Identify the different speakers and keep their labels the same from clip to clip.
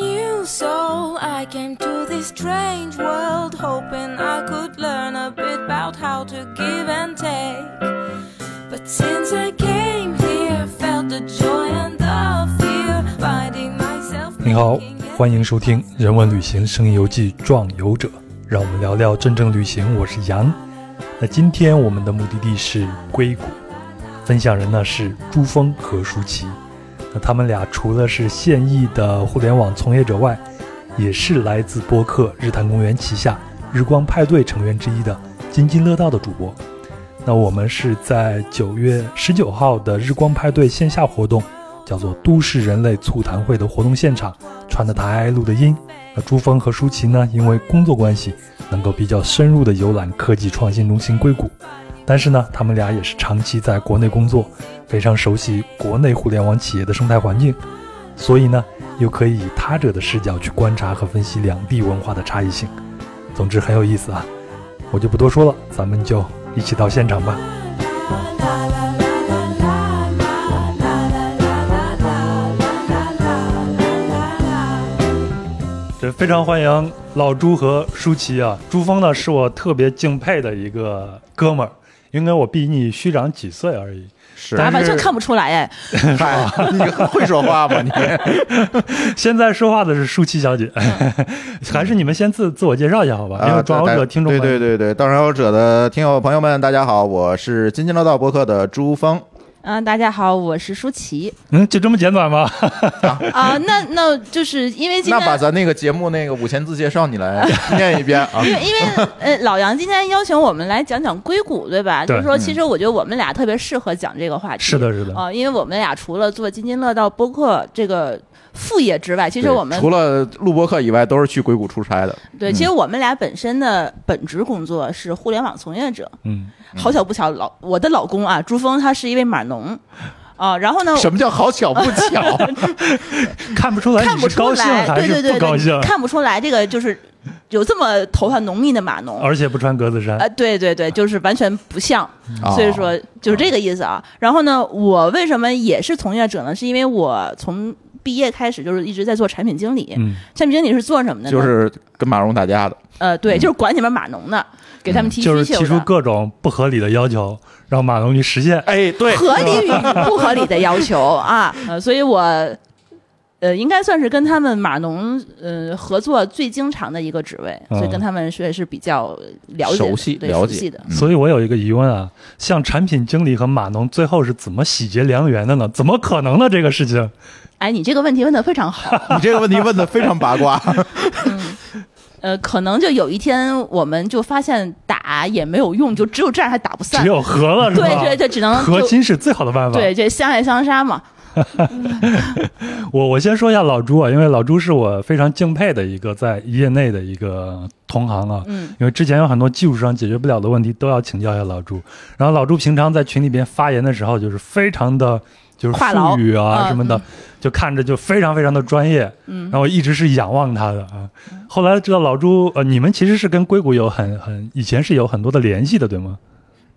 Speaker 1: you, so I came to this strange world hoping I could learn a bit about how to give and take. But since I came here, felt the joy and the fear, finding myself.
Speaker 2: 你好
Speaker 1: making，it
Speaker 2: 欢迎收听《人文旅行声音游记·壮游者》，让我们聊聊真正旅行。我是杨。那今天我们的目的地是硅谷，分享人呢是朱峰和舒淇。那他们俩除了是现役的互联网从业者外，也是来自播客日坛公园旗下日光派对成员之一的津津乐道的主播。那我们是在九月十九号的日光派对线下活动，叫做“都市人类促谈会”的活动现场，穿着台录的音。那朱峰和舒淇呢，因为工作关系，能够比较深入的游览科技创新中心硅谷。但是呢，他们俩也是长期在国内工作，非常熟悉国内互联网企业的生态环境，所以呢，又可以以他者的视角去观察和分析两地文化的差异性。总之很有意思啊，我就不多说了，咱们就一起到现场吧。这非常欢迎老朱和舒淇啊！朱峰呢是我特别敬佩的一个哥们儿，应该我比你虚长几岁而已。
Speaker 3: 是
Speaker 2: 但
Speaker 4: 哎，完全看不出来哎，
Speaker 3: 嗨，你会说话吗？你啊
Speaker 2: 现在说话的是舒淇小姐， 还是你们先自自我介绍一下好吧？因为壮游者听众
Speaker 3: 对
Speaker 2: 朋友
Speaker 3: 啊对对对，壮游者的听友朋友们，大家好，我是津津乐道播客的朱峰。
Speaker 4: 嗯，大家好，我是 舒淇
Speaker 2: 嗯，就这么简短吗？
Speaker 4: 啊、那那就是因为今
Speaker 3: 那把
Speaker 4: 天。
Speaker 3: 咱那个节目那个五千字介绍你 来念一遍啊
Speaker 4: 因。为因 为呃，老杨今天邀请我们来讲讲硅谷，对吧？
Speaker 2: 对
Speaker 4: 就是说，其实我觉得我们俩特别适合讲这个话题。
Speaker 2: 是的，是的，
Speaker 4: 啊、因为我们俩除了做津津乐道播客这个副业之外，其实我们
Speaker 3: 对除了录播客以外，都是去硅谷出差的。
Speaker 4: 对，其实我们俩本身的本职工作是互联网从业者。
Speaker 2: 嗯，
Speaker 4: 好巧不巧，老我的老公啊，朱峰他是一位码农啊、然后呢，
Speaker 3: 什么叫好巧不 巧？
Speaker 2: 嗯看不出来
Speaker 4: 看
Speaker 2: 你
Speaker 4: 不
Speaker 2: 是
Speaker 4: 出
Speaker 2: 高兴
Speaker 4: 来，
Speaker 2: 还
Speaker 4: 对对
Speaker 2: 是
Speaker 4: 对
Speaker 2: 不高兴
Speaker 4: 对，，看不出来这个就是有这么头发浓密的码农。
Speaker 2: 而且不穿格子衫
Speaker 4: 啊，。对对对，就是完全不像，
Speaker 3: 哦
Speaker 4: 所以说就是这个意思啊。然后呢，我为什么也是从业者呢？是因为我从毕业开始就是一直在做产品经理。
Speaker 2: 嗯，
Speaker 4: 产品经理是做什么的呢？
Speaker 3: 就是嗯跟马蓉打架的。
Speaker 4: 呃，对，就是管你们码农的，给他们提需
Speaker 2: 嗯
Speaker 4: 求
Speaker 2: 就
Speaker 4: 的。
Speaker 2: 是提出各种不合理的要求，让马龙去实现。
Speaker 3: 哎，对
Speaker 4: 合理与不合理的要求 啊，呃，所以我呃应该算是跟他们码农呃合作最经常的一个职位，
Speaker 2: 嗯
Speaker 4: 所以跟他们是是比较了解的、
Speaker 3: 熟悉
Speaker 4: 对
Speaker 3: 了解
Speaker 4: 熟悉的。
Speaker 3: 嗯
Speaker 2: 所以我有一个疑问啊，像产品经理和码农最后是怎么喜结良缘的呢？怎么可能呢？这个事情，
Speaker 4: 哎，你这个问题问的非常好，
Speaker 3: 你这个问题问的非常八卦。
Speaker 4: 呃，可能就有一天我们就发现打也没有用，就只有这样还打不散
Speaker 2: 只，有和了是吧？
Speaker 4: 对对对，只能
Speaker 2: 和
Speaker 4: 就
Speaker 2: 亲是最好的办法。
Speaker 4: 对，这相爱相杀嘛，
Speaker 2: 我我先说一下老朱啊，因为老朱是我非常敬佩的一个在业内的一个同行啊。
Speaker 4: 嗯，
Speaker 2: 因为之前有很多技术上解决不了的问题，都要请教一下老朱。然后老朱平常在群里边发言的时候，就是非常的，就是
Speaker 4: 话痨
Speaker 2: 术语啊
Speaker 4: 嗯
Speaker 2: 什么的，
Speaker 4: 嗯
Speaker 2: 就看着就非常非常的专业。
Speaker 4: 嗯
Speaker 2: 然后我一直是仰望他的啊。后来知道老朱，呃，你们其实是跟硅谷有很很以前是有很多的联系的，对吗？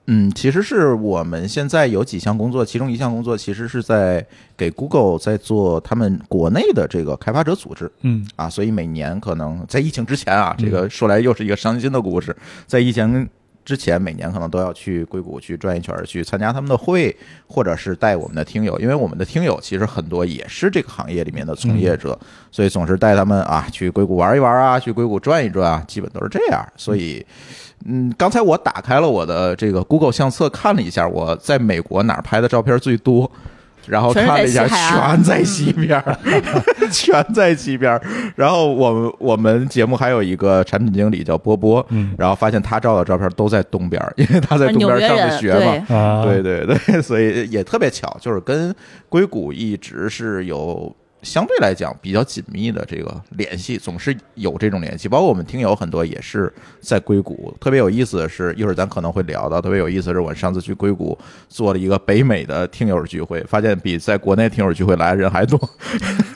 Speaker 3: 嗯，其实是我们现在有几项工作，其中一项工作其实是在给 Google 在做他们国内的这个开发者组织
Speaker 2: 嗯
Speaker 3: 啊，所以每年可能在疫情之前啊，这个说来又是一个伤心的故事，在疫情之前每年可能都要去硅谷去转一圈儿，去参加他们的会，或者是带我们的听友，因为我们的听友其实很多也是这个行业里面的从业者，所以总是带他们啊去硅谷玩一玩啊，去硅谷转一转啊，基本都是这样，所以。嗯，刚才我打开了我的这个 Google 相册，看了一下我在美国哪儿拍的照片最多，然后看了一下，全在西边儿， 全在西边儿。然后我们我们节目还有一个产品经理叫波波，
Speaker 2: 嗯
Speaker 3: 然后发现他照的照片都在东边儿，因为他在东
Speaker 4: 啊呃纽
Speaker 3: 边儿
Speaker 4: 约
Speaker 3: 上的
Speaker 4: 人
Speaker 3: 学嘛
Speaker 4: 对。。
Speaker 2: 啊，
Speaker 3: 对对对， 所以也特别巧，就是跟硅谷一直是有相对来讲比较紧密的这个联系，总是有这种联系。包括我们听友很多也是在硅谷，特别有意思的是，一会儿咱可能会聊到，特别有意思的是，我上次去硅谷做了一个北美的听友聚会，发现比在国内听友聚会来的人还多。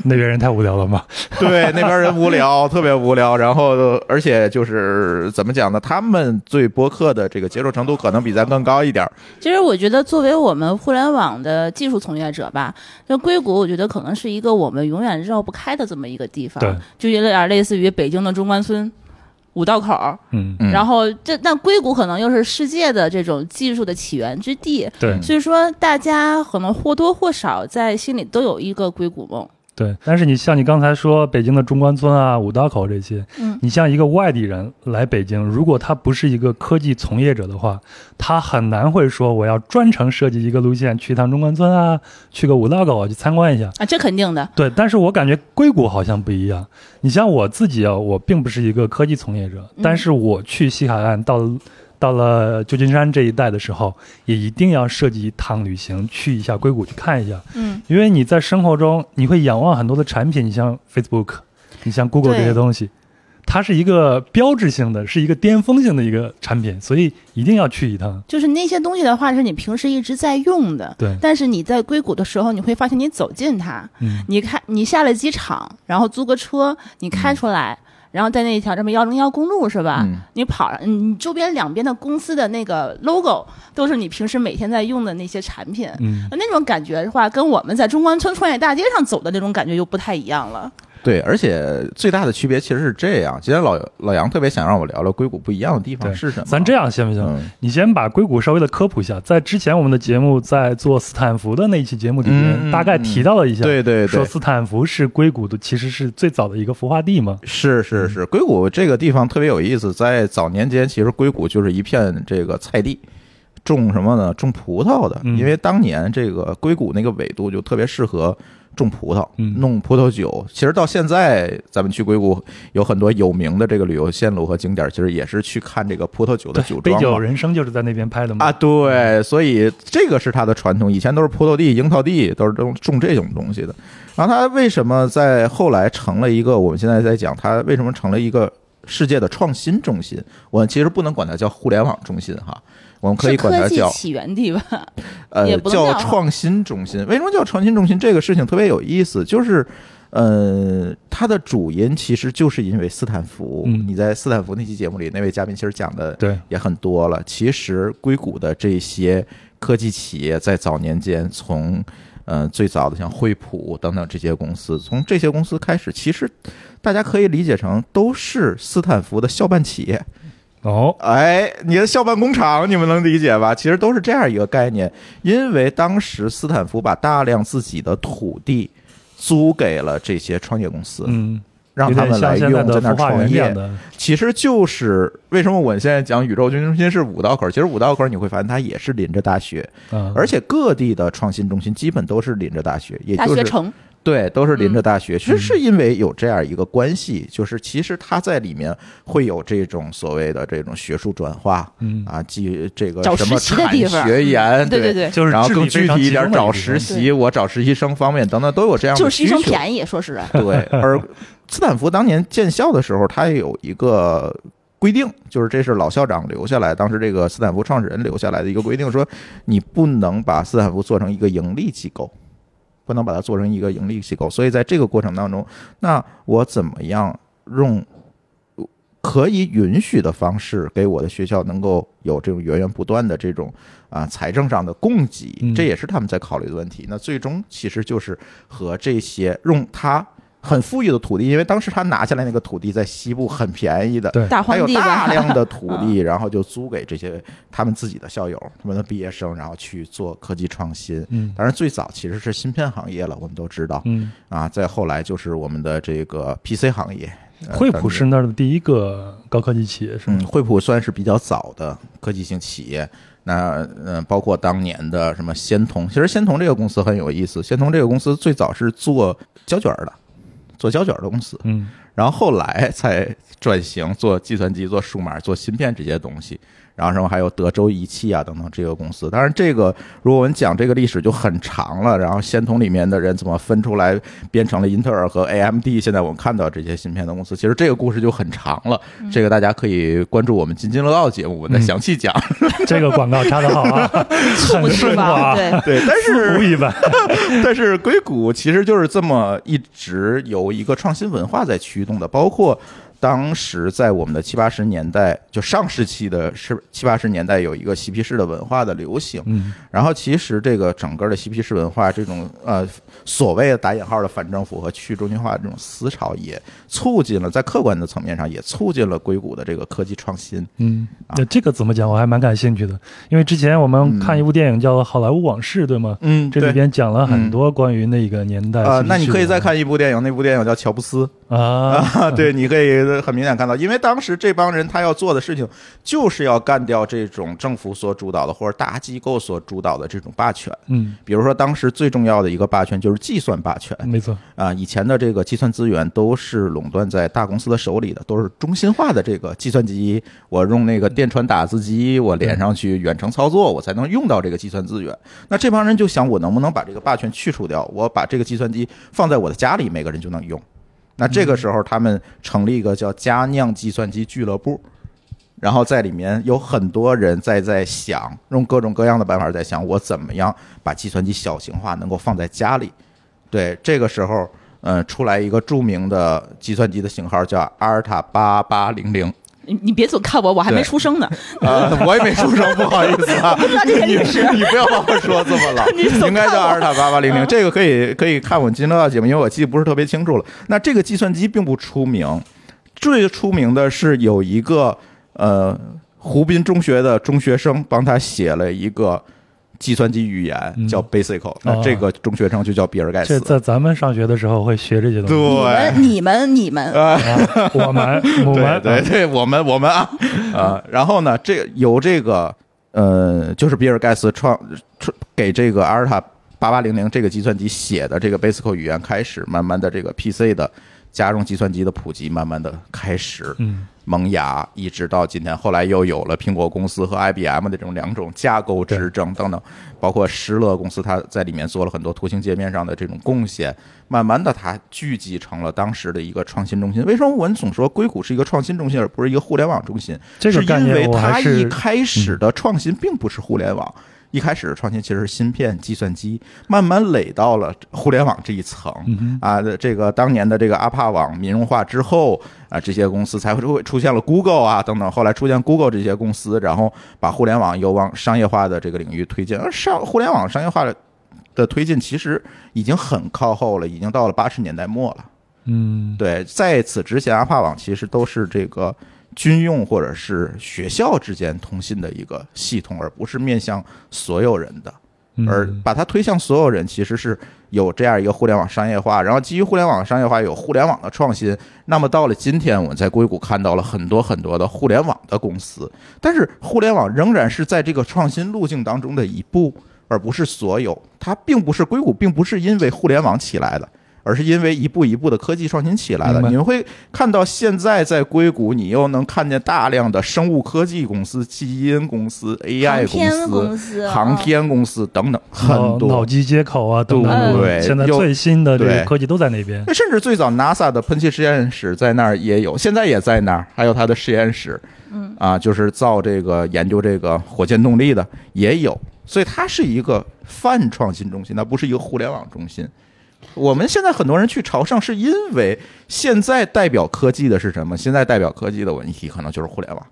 Speaker 2: 那边人太无聊了嘛。
Speaker 3: 对，那边人无 聊，特别无聊。然后，而且就是怎么讲呢？他们对播客的这个接受程度可能比咱更高一点儿。
Speaker 4: 其实我觉得，作为我们互联网的技术从业者吧，就硅谷，我觉得可能是一个我们永远绕不开的这么一个地方
Speaker 2: 对，
Speaker 4: 就有点类似于北京的中关村五道口儿，
Speaker 2: 嗯，
Speaker 3: 嗯
Speaker 4: 然后这但硅谷可能又是世界的这种技术的起源之地，
Speaker 2: 对
Speaker 4: 所以说大家可能或多或少在心里都有一个硅谷梦。
Speaker 2: 对。但是你像你刚才说北京的中关村啊、五道口这些，
Speaker 4: 嗯
Speaker 2: 你像一个外地人来北京，如果他不是一个科技从业者的话，他很难会说我要专程设计一个路线去一趟中关村啊，去个五道口啊去参观一下。
Speaker 4: 啊，这肯定的，
Speaker 2: 对，但是我感觉硅谷好像不一样。你像我自己啊，我并不是一个科技从业者，
Speaker 4: 嗯
Speaker 2: 但是我去西海岸到到了旧金山这一带的时候，也一定要设计一趟旅行，去一下硅谷去看一下，
Speaker 4: 嗯，
Speaker 2: 因为你在生活中你会仰望很多的产品，你像 Facebook，你像 Google 这
Speaker 4: 对
Speaker 2: 些东西，它是一个标志性的，是一个巅峰性的一个产品，所以一定要去一趟。
Speaker 4: 就是那些东西的话，是你平时一直在用的，
Speaker 2: 对，
Speaker 4: 但是你在硅谷的时候，你会发现你走进它，
Speaker 2: 嗯，
Speaker 4: 你看你下了机场，然后租个车，你开出来，然后在那一条这么幺零幺公路是吧？
Speaker 3: 嗯
Speaker 4: 你跑上，你周边两边的公司的那个 logo 都是你平时每天在用的那些产品。
Speaker 2: 嗯，
Speaker 4: 那种感觉的话，跟我们在中关村创业大街上走的那种感觉又不太一样了。
Speaker 3: 对，而且最大的区别其实是这样。今天老老杨特别想让我聊聊硅谷不一样的地方
Speaker 2: 对
Speaker 3: 是什么。
Speaker 2: 咱这样行不行？
Speaker 3: 嗯，
Speaker 2: 你先把硅谷稍微的科普一下，在之前我们的节目在做斯坦福的那一期节目里
Speaker 3: 嗯嗯
Speaker 2: 面，大概提到了一下，
Speaker 3: 对对
Speaker 2: 说
Speaker 3: 对，
Speaker 2: 斯坦福是硅谷的其实是最早的一个孵化地嘛，
Speaker 3: 是是是，硅谷这个地方特别有意思。在早年间，其实硅谷就是一片这个菜地，种什么呢？种葡萄的，
Speaker 2: 嗯
Speaker 3: 因为当年这个硅谷那个纬度就特别适合。种葡萄
Speaker 2: 嗯，
Speaker 3: 弄葡萄酒。其实到现在，咱们去硅谷有很多有名的这个旅游线路和景点，其实也是去看这个葡萄酒的酒
Speaker 2: 对，
Speaker 3: 庄
Speaker 2: 杯
Speaker 3: 嘛。
Speaker 2: 酒人生就是在那边拍的嘛，
Speaker 3: 啊，对，所以这个是它的传统，以前都是葡萄地、樱桃地，都是种种这种东西的。然后它为什么在后来成了一个我们现在在讲它为什么成了一个世界的创新中心？我们其实不能管它叫互联网中心哈，我们可以
Speaker 4: 是
Speaker 3: 管它
Speaker 4: 科技
Speaker 3: 叫
Speaker 4: 起源地吧？
Speaker 3: 呃
Speaker 4: 也不能这
Speaker 3: 叫
Speaker 4: 样
Speaker 3: 创新中心。为什么叫创新中心？这个事情特别有意思，就是。呃，它的主因其实就是因为斯坦福。
Speaker 2: 嗯
Speaker 3: 你在斯坦福那期节目里，那位嘉宾其实讲的
Speaker 2: 对，
Speaker 3: 也很多了。其实硅谷的这些科技企业在早年间从。呃，最早的像惠普等等这些公司，从这些公司开始，其实大家可以理解成都是斯坦福的校办企业。
Speaker 2: 哦，
Speaker 3: 哎，你的校办工厂，你们能理解吧？其实都是这样一个概念，因为当时斯坦福把大量自己的土地租给了这些创业公司，
Speaker 2: 嗯，
Speaker 3: 让他们来
Speaker 2: 有点像现在
Speaker 3: 用在
Speaker 2: 的
Speaker 3: 那儿
Speaker 2: 孵化
Speaker 3: 创
Speaker 2: 园这
Speaker 3: 业
Speaker 2: 样。的，
Speaker 3: 其实就是为什么我现在讲宇宙军中心是五道口，其实五道口你会发现它也是临着大学，
Speaker 2: 嗯，
Speaker 3: 而且各地的创新中心基本都是临着大学，也
Speaker 4: 大
Speaker 3: 就
Speaker 4: 学
Speaker 3: 是
Speaker 4: 城，嗯
Speaker 3: 对，都是临着大学。其实是因为有这样一个关系，就是其实它在里面会有这种所谓的这种学术转化。
Speaker 2: 嗯，
Speaker 3: 啊，基于这个
Speaker 4: 找
Speaker 3: 什么
Speaker 4: 实习的
Speaker 3: 产
Speaker 4: 地方
Speaker 3: 学研，
Speaker 4: 对
Speaker 3: 对
Speaker 4: 对，
Speaker 2: 就是
Speaker 3: 哎然后
Speaker 2: 智力
Speaker 3: 更
Speaker 2: 非
Speaker 3: 具
Speaker 2: 常
Speaker 3: 体一
Speaker 2: 集中
Speaker 3: 点，
Speaker 2: 的
Speaker 3: 找
Speaker 2: 个
Speaker 3: 实
Speaker 2: 地方，
Speaker 3: 习，我找实习生方面等等都有这样的
Speaker 4: 就是牺
Speaker 3: 需
Speaker 4: 牲
Speaker 3: 求。
Speaker 4: 便宜，说实在，
Speaker 3: 对，而斯坦福当年建校的时候，它也有一个规定，就是这是老校长留下来，当时这个斯坦福创始人留下来的一个规定，说你不能把斯坦福做成一个盈利机构，不能把它做成一个盈利机构。所以在这个过程当中，那我怎么样用可以允许的方式，给我的学校能够有这种源源不断的这种啊财政上的供给
Speaker 2: 嗯，
Speaker 3: 这也是他们在考虑的问题。那最终其实就是和这些用他很富裕的土地，因为当时他拿下来那个土地在西部很便宜的，
Speaker 2: 对
Speaker 4: 大
Speaker 3: 他
Speaker 4: 荒
Speaker 3: 有
Speaker 4: 地
Speaker 3: 大
Speaker 4: 吧，
Speaker 3: 量的土 地，嗯然后就租给这些他们自己的校友、他们的毕业生，然后去做科技创新。
Speaker 2: 嗯
Speaker 3: 当然，最早其实是芯片行业了，我们都知道
Speaker 2: 嗯，
Speaker 3: 啊。再后来就是我们的这个 PC 行业，呃
Speaker 2: 惠
Speaker 3: 等
Speaker 2: 普
Speaker 3: 等
Speaker 2: 是那儿的第一个高科技企业是吗
Speaker 3: 嗯，？惠普算是比较早的科技性企业。那嗯，包括当年的什么仙童，其实仙童这个公司很有意思。仙童这个公司最早是做胶卷儿的，做胶卷儿的公司，
Speaker 2: 嗯，
Speaker 3: 然后后来 才转型做计算机、做数码、做芯片这些东西。然后什么还有德州仪器啊等等这个公司。当然，这个如果我们讲这个历史就很长了。然后仙童里面的人怎么分出来，变成了英特尔和 AMD？现在我们看到这些芯片的公司，其实这个故事就很长了。这个大家可以关注我们津津乐道节目，我们再详细讲。
Speaker 2: 嗯这个广告插的好 啊，
Speaker 4: 不
Speaker 2: 很
Speaker 4: 是
Speaker 2: 顺
Speaker 4: 吧？
Speaker 2: 滑，
Speaker 4: 对，
Speaker 3: 对，但是
Speaker 2: 无一般，
Speaker 3: 但是硅谷其实就是这么一直有一个创新文化在驱动的，包括当时在我们的七八十年代，就上世纪的是七八十年代有一个嬉皮士的文化的流行，
Speaker 2: 嗯，
Speaker 3: 然后其实这个整个的嬉皮士文化这种呃所谓的打引号的反政府和去中心化的这种思潮，也促进了在客观的层面上也促进了硅谷的这个科技创新。
Speaker 2: 嗯，
Speaker 3: 啊
Speaker 2: 那这个怎么讲？我还蛮感兴趣的，因为之前我们看一部电影叫《好莱坞往事》，对吗？
Speaker 3: 嗯，
Speaker 2: 这里
Speaker 3: 对。
Speaker 2: 边讲了很多关于那个年代
Speaker 3: 啊、
Speaker 2: 其实
Speaker 3: 那你
Speaker 2: 是
Speaker 3: 可以再看一部电影，那部电影叫《乔布斯》
Speaker 2: 啊，
Speaker 3: 啊， 对，你可以很明显看到，因为当时这帮人他要做的事情，就是要干掉这种政府所主导的或者大机构所主导的这种霸权。
Speaker 2: 嗯，
Speaker 3: 比如说，当时最重要的一个霸权就是计算霸权
Speaker 2: 没错，
Speaker 3: 啊，以前的这个计算资源都是垄断在大公司的手里的，都是中心化的这个计算机，我用那个电传打字机，我连上去远程操作，我才能用到这个计算资源。那这帮人就想，我能不能把这个霸权去除掉？我把这个计算机放在我的家里，每个人就能用。那这个时候，他们成立一个叫佳酿计算机俱乐部。然后在里面有很多人在在想，用各种各样的办法在想，我怎么样把计算机小型化，能够放在家里。对，这个时候，嗯，出来一个著名的计算机的型号叫阿尔塔八八零零
Speaker 4: 你你别总看我，我还没
Speaker 3: 对
Speaker 4: 出生呢。
Speaker 3: 啊，我也没出声，不好意思啊，
Speaker 4: 知道这个历史
Speaker 3: 你你不要把我说这么老，
Speaker 4: 你总看我
Speaker 3: 应该叫阿尔塔八八零零，这个可以可以看我今天的节目，因为我记得不是特别清楚了。那这个计算机并不出名，最出名的是有一个呃湖滨中学的中学生帮他写了一个。计算机语言
Speaker 4: 嗯
Speaker 3: 叫 Basic，、那这个中学生就叫比尔盖
Speaker 2: 这
Speaker 3: 茨。
Speaker 2: 在咱们上学的时候会学这些东西。
Speaker 3: 对呃
Speaker 4: 你们你们你们，
Speaker 2: 啊，我们我
Speaker 3: 对
Speaker 2: 们
Speaker 3: 对对，我们我们啊啊，然后呢，这个由这个呃，就是比尔盖茨创创给这个阿尔塔八八零零这个计算机写的这个 Basic 语言开始，慢慢的这个 PC 的家用计算机的普及，慢慢的开始
Speaker 2: 嗯
Speaker 3: 萌芽，一直到今天。后来又有了苹果公司和 IBM 的这种两种架构之争等等，包括施乐公司，它在里面做了很多图形界面上的这种贡献。慢慢的，它聚集成了当时的一个创新中心。为什么我们总说硅谷是一个创新中心，而不是一个互联网中心？
Speaker 2: 这个
Speaker 3: 是
Speaker 2: 概
Speaker 3: 因为
Speaker 2: 念我
Speaker 3: 它
Speaker 2: 还
Speaker 3: 一
Speaker 2: 是嗯
Speaker 3: 开始的创新并不是互联网，一开始的创新其实是芯片、计算机，慢慢垒到了互联网这一层。
Speaker 2: 嗯
Speaker 3: 啊，这个当年的这个阿帕网民用化之后啊，这些公司才会出现了 Google 啊等等，后来出现 Google 这些公司，然后把互联网又往商业化的这个领域推进。而上互联网商业化的的推进其实已经很靠后了，已经到了八十年代末了。
Speaker 2: 嗯
Speaker 3: 对，在此之前，阿帕网其实都是这个军用或者是学校之间通信的一个系统，而不是面向所有人的。
Speaker 2: 嗯
Speaker 3: 而把它推向所有人，其实是有这样一个互联网商业化，然后基于互联网商业化有互联网的创新。那么到了今天，我们在硅谷看到了很多很多的互联网的公司，但是互联网仍然是在这个创新路径当中的一步，而不是所有。它并不是硅谷，并不是因为互联网起来的。而是因为一步一步的科技创新起来的，
Speaker 2: 明白
Speaker 3: 你们会看到现在在硅谷，你又能看见大量的生物科技公司、基因公司、AI
Speaker 4: 航天
Speaker 3: 公司
Speaker 4: 公司，
Speaker 3: 航
Speaker 4: 啊
Speaker 3: 天公司等等很
Speaker 2: 脑脑
Speaker 3: 多。
Speaker 2: 机接口啊等等，
Speaker 3: 对
Speaker 2: 现在
Speaker 3: 又
Speaker 2: 最新的这个
Speaker 3: 对
Speaker 2: 科技都在那 边。
Speaker 3: 甚至最早 NASA 的喷气实验室在那儿也有，现在也在那儿，还有它的实验室，嗯啊，就是造这个研究这个火箭动力的也有，所以它是一个泛创新中心，它不是一个互联网中心。我们现在很多人去朝圣，是因为现在代表科技的是什么？现在代表科技的问题可能就是互联网，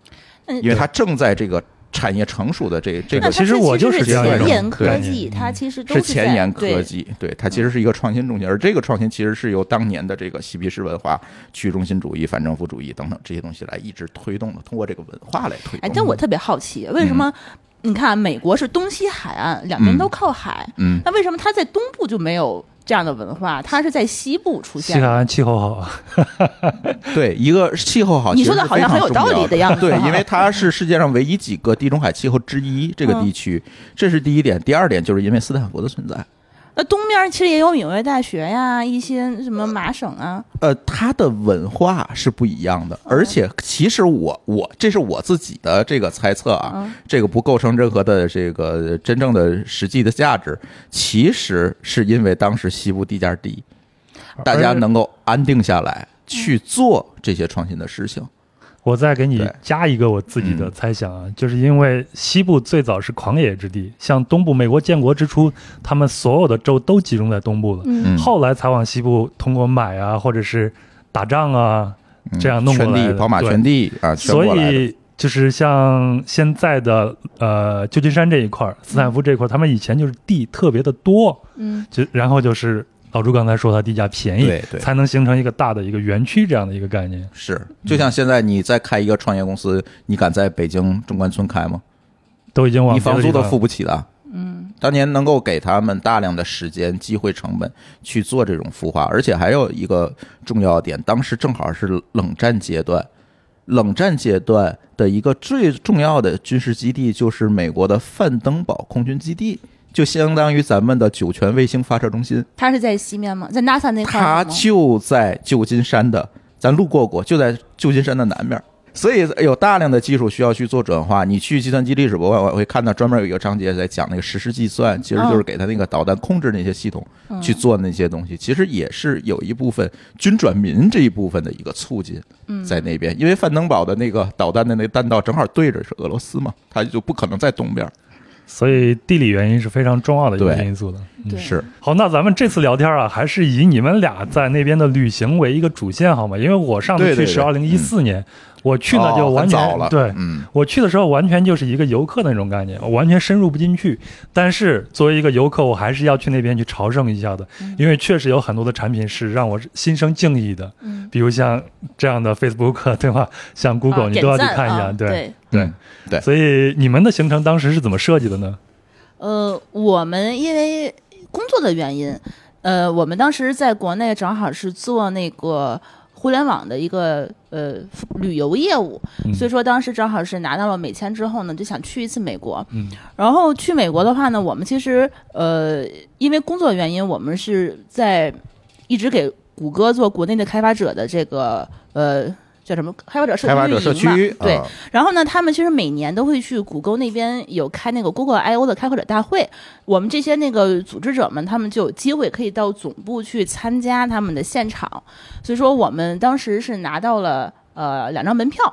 Speaker 4: 嗯
Speaker 3: 因为它正在这个产业成熟的这这
Speaker 4: 那
Speaker 3: 个
Speaker 4: 它
Speaker 2: 其实我就是是这样一
Speaker 4: 前
Speaker 2: 种
Speaker 4: 沿科
Speaker 2: 概
Speaker 4: 技，
Speaker 2: 念
Speaker 4: 它其实都
Speaker 3: 是
Speaker 4: 在
Speaker 3: 前沿科
Speaker 4: 对嗯
Speaker 3: 技，对它其实是一个创新中心，而这个创新其实是由当年的这个嬉皮士文化、去中心主义、反政府主义等等这些东西来一直推动的，通过这个文化来推动。
Speaker 4: 哎，但
Speaker 2: 嗯
Speaker 4: 我特别好奇，为什么你看啊美国是东西海岸，两边都靠海，
Speaker 3: 嗯，
Speaker 4: 那为什么它在东部就没有这样的文化？它是在西部出
Speaker 2: 西海
Speaker 4: 现的。
Speaker 2: 岸气候好啊，
Speaker 3: 对，一个气候好，其
Speaker 4: 你
Speaker 3: 实
Speaker 4: 说的
Speaker 3: 是
Speaker 4: 好
Speaker 3: 非
Speaker 4: 像很
Speaker 3: 常
Speaker 4: 有
Speaker 3: 重
Speaker 4: 道理
Speaker 3: 要
Speaker 4: 的样子
Speaker 3: 对，
Speaker 4: 哈
Speaker 3: 因为它是世界上唯一几个地中海气候之一这个地区，这是第一点。第二点就是因为斯坦福的存在，
Speaker 4: 那东面其实也有纽约大学呀，一些什么麻省啊，
Speaker 3: 呃，它的文化是不一样的，而且其实我我这是我自己的这个猜测啊
Speaker 4: 嗯，
Speaker 3: 这个不构成任何的这个真正的实际的价值。其实是因为当时西部地价低，大家
Speaker 2: 而
Speaker 3: 能够安定下来去做这些创新的事情。
Speaker 2: 我再给你
Speaker 3: 对嗯
Speaker 2: 加一个我自己的猜想啊，就是因为西部最早是狂野之地，像东部美国建国之初，他们所有的州都集中在东部了，
Speaker 4: 嗯
Speaker 3: 嗯，
Speaker 2: 后来才往西部通过买啊，或者是打仗啊，这样弄过
Speaker 3: 嗯圈
Speaker 2: 来
Speaker 3: 地
Speaker 2: 的，
Speaker 3: 跑马
Speaker 2: 对
Speaker 3: 圈地啊，圈
Speaker 2: 所
Speaker 3: 过来的
Speaker 2: 以就是像现在的呃旧金山这一块
Speaker 3: 嗯
Speaker 2: 儿，斯坦福这一块儿，他们以前就是地特别的多，
Speaker 4: 嗯
Speaker 2: 就然后就是老朱刚才说它地价便宜，
Speaker 3: 对对
Speaker 2: 才能形成一个大的一个园区这样的一个概念。
Speaker 3: 是，就像现在你再开一个创业公司，你敢在北京中关村开吗？
Speaker 2: 都已经往
Speaker 3: 你
Speaker 2: 别的
Speaker 3: 房租
Speaker 2: 地
Speaker 3: 都
Speaker 2: 方
Speaker 3: 付不起的。
Speaker 4: 嗯，
Speaker 3: 当年能够给他们大量的时间、机会成本去做这种孵化，而且还有一个重要点，当时正好是冷战阶段。冷战阶段的一个最重要的军事基地就是美国的范登堡空军基地，就相当于咱们的酒泉卫星发射中心，
Speaker 4: 它是在西面吗？在 NASA 那
Speaker 3: 它
Speaker 4: 块儿吗？
Speaker 3: 就在旧金山的，咱路过过，就在旧金山的南面。所以有大量的技术需要去做转化。你去计算机历史博物馆，我会看到专门有一个章节在讲那个实时计算，其实就是给他那个导弹控制那些系统
Speaker 4: 嗯
Speaker 3: 去做那些东西。其实也是有一部分军转民这一部分的一个促进
Speaker 4: 嗯
Speaker 3: 在那边，因为范登堡的那个导弹的那个弹道正好对着是俄罗斯嘛，它就不可能在东边。
Speaker 2: 所以地理原因是非常重要的一个
Speaker 3: 对
Speaker 2: 因素的。
Speaker 4: 对
Speaker 3: 是
Speaker 2: 好，那咱们这次聊天啊，还是以你们俩在那边的旅行为一个主线好吗？因为我上次
Speaker 3: 对
Speaker 2: 去
Speaker 3: 对
Speaker 2: 是
Speaker 3: 对
Speaker 2: 二零一四年，我去呢就
Speaker 3: 哦
Speaker 2: 完
Speaker 3: 很
Speaker 2: 全、
Speaker 3: 早了，
Speaker 2: 对，
Speaker 3: 嗯，
Speaker 2: 我去的时候完全就是一个游客的那种概念，我完全深入不进去。但是作为一个游客，我还是要去那边去朝圣一下的，
Speaker 4: 嗯
Speaker 2: 因为确实有很多的产品是让我心生敬意的，
Speaker 4: 嗯，
Speaker 2: 比如像这样的 Facebook 对吧？像 Google、
Speaker 4: 啊
Speaker 2: 你都要去
Speaker 4: 点赞
Speaker 2: 看一下，
Speaker 4: 啊
Speaker 2: 对。
Speaker 4: 对。
Speaker 3: 对对
Speaker 2: 所以你们的行程当时是怎么设计的呢？
Speaker 4: 呃，我们因为工作的原因，呃，我们当时在国内正好是做那个互联网的一个呃旅游业务，
Speaker 2: 嗯
Speaker 4: 所以说当时正好是拿到了美签之后呢，就想去一次美国。
Speaker 2: 嗯
Speaker 4: 然后去美国的话呢，我们其实呃，因为工作原因，我们是在一直给谷歌做国内的开发者的这个呃叫什么开发者社区
Speaker 3: 开发者
Speaker 4: 运
Speaker 3: 社
Speaker 4: 营嘛
Speaker 3: 区
Speaker 4: 对，
Speaker 3: 啊
Speaker 4: 然后呢，他们其实每年都会去谷歌那边有开那个 Google I O 的开发者大会，我们这些那个组织者们，他们就有机会可以到总部去参加他们的现场，所以说我们当时是拿到了呃两张门票。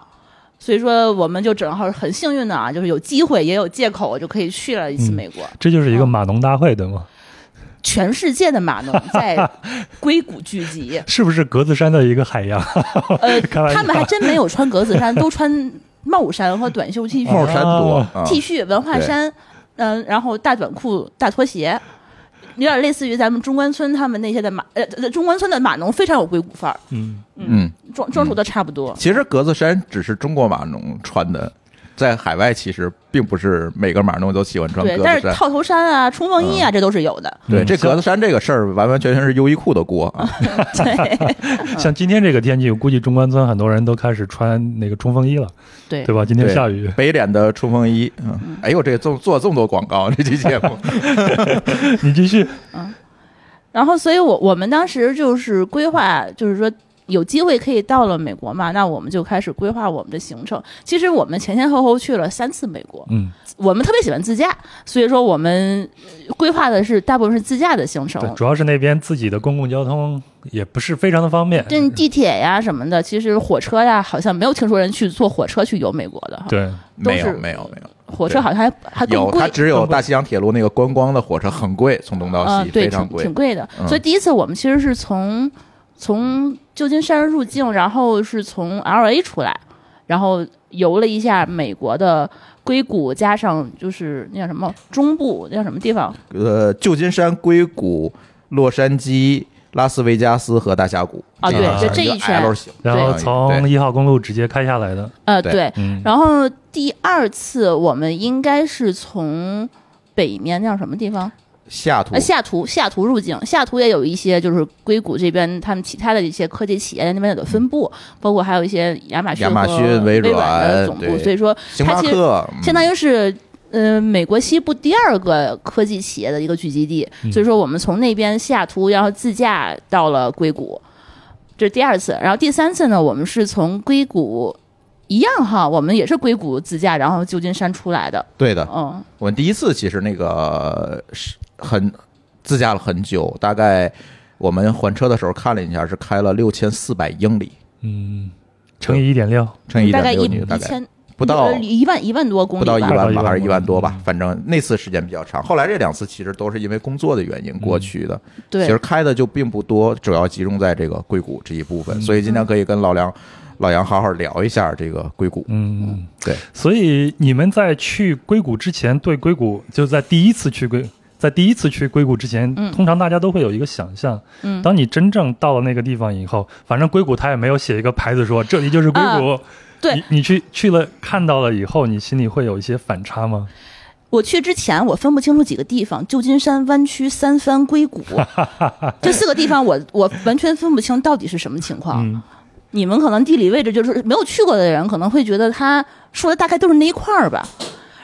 Speaker 4: 所以说，我们就正好很幸运的啊，就是有机会也有借口，就可以去了一次
Speaker 2: 嗯
Speaker 4: 美国。
Speaker 2: 这就是一个码农大会，对
Speaker 4: 啊
Speaker 2: 吗？
Speaker 4: 全世界的码农在硅谷聚集，
Speaker 2: 是不是格子山的一个海洋？
Speaker 4: 呃，
Speaker 2: 开玩笑
Speaker 4: 他们还真没有穿格子衫，都穿帽衫和短袖 T 恤。
Speaker 3: 帽衫多
Speaker 2: 啊
Speaker 3: 啊
Speaker 4: T 恤、文化衫，嗯、然后大短裤、大拖鞋，有点类似于咱们中关村他们那些的马，呃，呃中关村的码农非常有硅谷范儿，
Speaker 2: 嗯，
Speaker 3: 嗯。
Speaker 4: 装装束都差不多。
Speaker 3: 其实格子衫只是中国码农穿的，在海外其实并不是每个码农都喜欢穿
Speaker 4: 对，
Speaker 3: 格
Speaker 4: 但
Speaker 3: 子
Speaker 4: 是
Speaker 3: 衫。
Speaker 4: 套头衫啊、冲锋衣啊，这都是有的。
Speaker 3: 对，
Speaker 2: 嗯
Speaker 3: 这
Speaker 2: 像
Speaker 3: 格子衫这个事儿完完全全是优衣库的锅啊！
Speaker 4: 对
Speaker 2: 像今天这个天气，我估计中关村很多人都开始穿那个冲锋衣了，
Speaker 4: 对
Speaker 2: 对吧？今天下雨，
Speaker 3: 北脸的冲锋衣， 嗯，哎呦，这做做这么多广告，这期节目
Speaker 4: 嗯
Speaker 2: 你继续。
Speaker 4: 然后，所以我我们当时就是规划，就是说有机会可以到了美国嘛，那我们就开始规划我们的行程。其实我们前前后后去了三次美国，
Speaker 2: 嗯，
Speaker 4: 我们特别喜欢自驾，所以说我们呃规划的是大部分是自驾的行程
Speaker 2: 对，。主要是那边自己的公共交通也不是非常的方便。
Speaker 4: 跟
Speaker 3: 嗯
Speaker 4: 地铁呀什么的，其实火车呀，好像没有听说人去坐火车去游美国的哈。，
Speaker 2: 对，
Speaker 3: 没有
Speaker 4: 都是
Speaker 3: 没有没有，
Speaker 4: 火车好像还还更
Speaker 3: 有它
Speaker 4: 贵。
Speaker 3: 只有大西洋铁路那个观光的火车很贵，从东到
Speaker 4: 嗯
Speaker 3: 西，
Speaker 4: 对，
Speaker 3: 非
Speaker 4: 挺
Speaker 3: 常
Speaker 4: 挺贵的。
Speaker 3: 嗯
Speaker 4: 所以第一次我们其实是从从旧金山入境，然后是从 L A 出来，然后游了一下美国的硅谷，加上就是那叫什么中部那叫什么地方，
Speaker 3: 呃，旧金山、硅谷、洛杉矶、拉斯维加斯和大峡谷
Speaker 4: 啊
Speaker 3: 这
Speaker 2: 对
Speaker 3: 样
Speaker 2: 就
Speaker 4: 这一
Speaker 3: 个
Speaker 4: 圈
Speaker 3: L 型，
Speaker 2: 然后
Speaker 3: 对
Speaker 2: 从一号公路直接开下来的。
Speaker 4: 呃，
Speaker 3: 对
Speaker 4: 对。
Speaker 2: 嗯，
Speaker 4: 然后第二次我们应该是从北面那叫什么地方？
Speaker 3: 下图
Speaker 4: 呃，西雅图，西雅图入境，西雅图也有一些就是硅谷这边他们其他的一些科技企业在那边有的分布，包括还有一些亚马
Speaker 3: 嗯
Speaker 4: 逊、
Speaker 3: 亚马逊微
Speaker 4: 微
Speaker 3: 软
Speaker 4: 的总部，
Speaker 3: 对
Speaker 4: 所以说
Speaker 3: 星巴
Speaker 4: 它其实
Speaker 3: 克，嗯
Speaker 4: 相当于是。呃，美国西部第二个科技企业的一个聚集地，
Speaker 3: 嗯
Speaker 4: 所以说我们从那边西雅图，然后自驾到了硅谷，这是第二次。然后第三次呢，我们是从硅谷一样哈，我们也是硅谷自驾，然后旧金山出来的。
Speaker 3: 对的，
Speaker 4: 嗯，
Speaker 3: 我们第一次其实那个是很自驾了很久，大概我们还车的时候看了一下，是开了六千四百英里，
Speaker 2: 嗯，乘以一点六，
Speaker 3: 乘以
Speaker 4: 大概
Speaker 3: 点
Speaker 4: 一
Speaker 3: 六米，大
Speaker 4: 一
Speaker 3: 概
Speaker 4: 千
Speaker 3: 不到
Speaker 4: 呃一万一万多公里
Speaker 3: 不到一
Speaker 4: 吧，
Speaker 3: 万
Speaker 2: 不
Speaker 3: 吧，
Speaker 2: 到一万
Speaker 3: 还是一万多吧
Speaker 2: 嗯，
Speaker 3: 反正那次时间比较长。后来这两次其实都是因为工作的原因过去的，
Speaker 4: 对，嗯
Speaker 3: 其实开的就并不多，主要集中在这个硅谷这一部分，所以今天可以跟老梁。老杨好好聊一下这个硅谷。
Speaker 2: 嗯，
Speaker 3: 对。
Speaker 2: 所以你们在去硅谷之前，对硅谷就在第一次去硅，在第一次去硅谷之前，
Speaker 4: 嗯
Speaker 2: 通常大家都会有一个想象。
Speaker 4: 嗯
Speaker 2: 当你真正到了那个地方以后，反正硅谷它也没有写一个牌子说这里就是硅谷。
Speaker 4: 啊对
Speaker 2: 你你去去了看到了以后，你心里会有一些反差吗？
Speaker 4: 我去之前，我分不清楚几个地方：旧金山、湾区、三藩、硅谷，这四个地方我我完全分不清到底是什么情况。
Speaker 2: 嗯
Speaker 4: 你们可能地理位置就是没有去过的人，可能会觉得他说的大概都是那一块儿吧。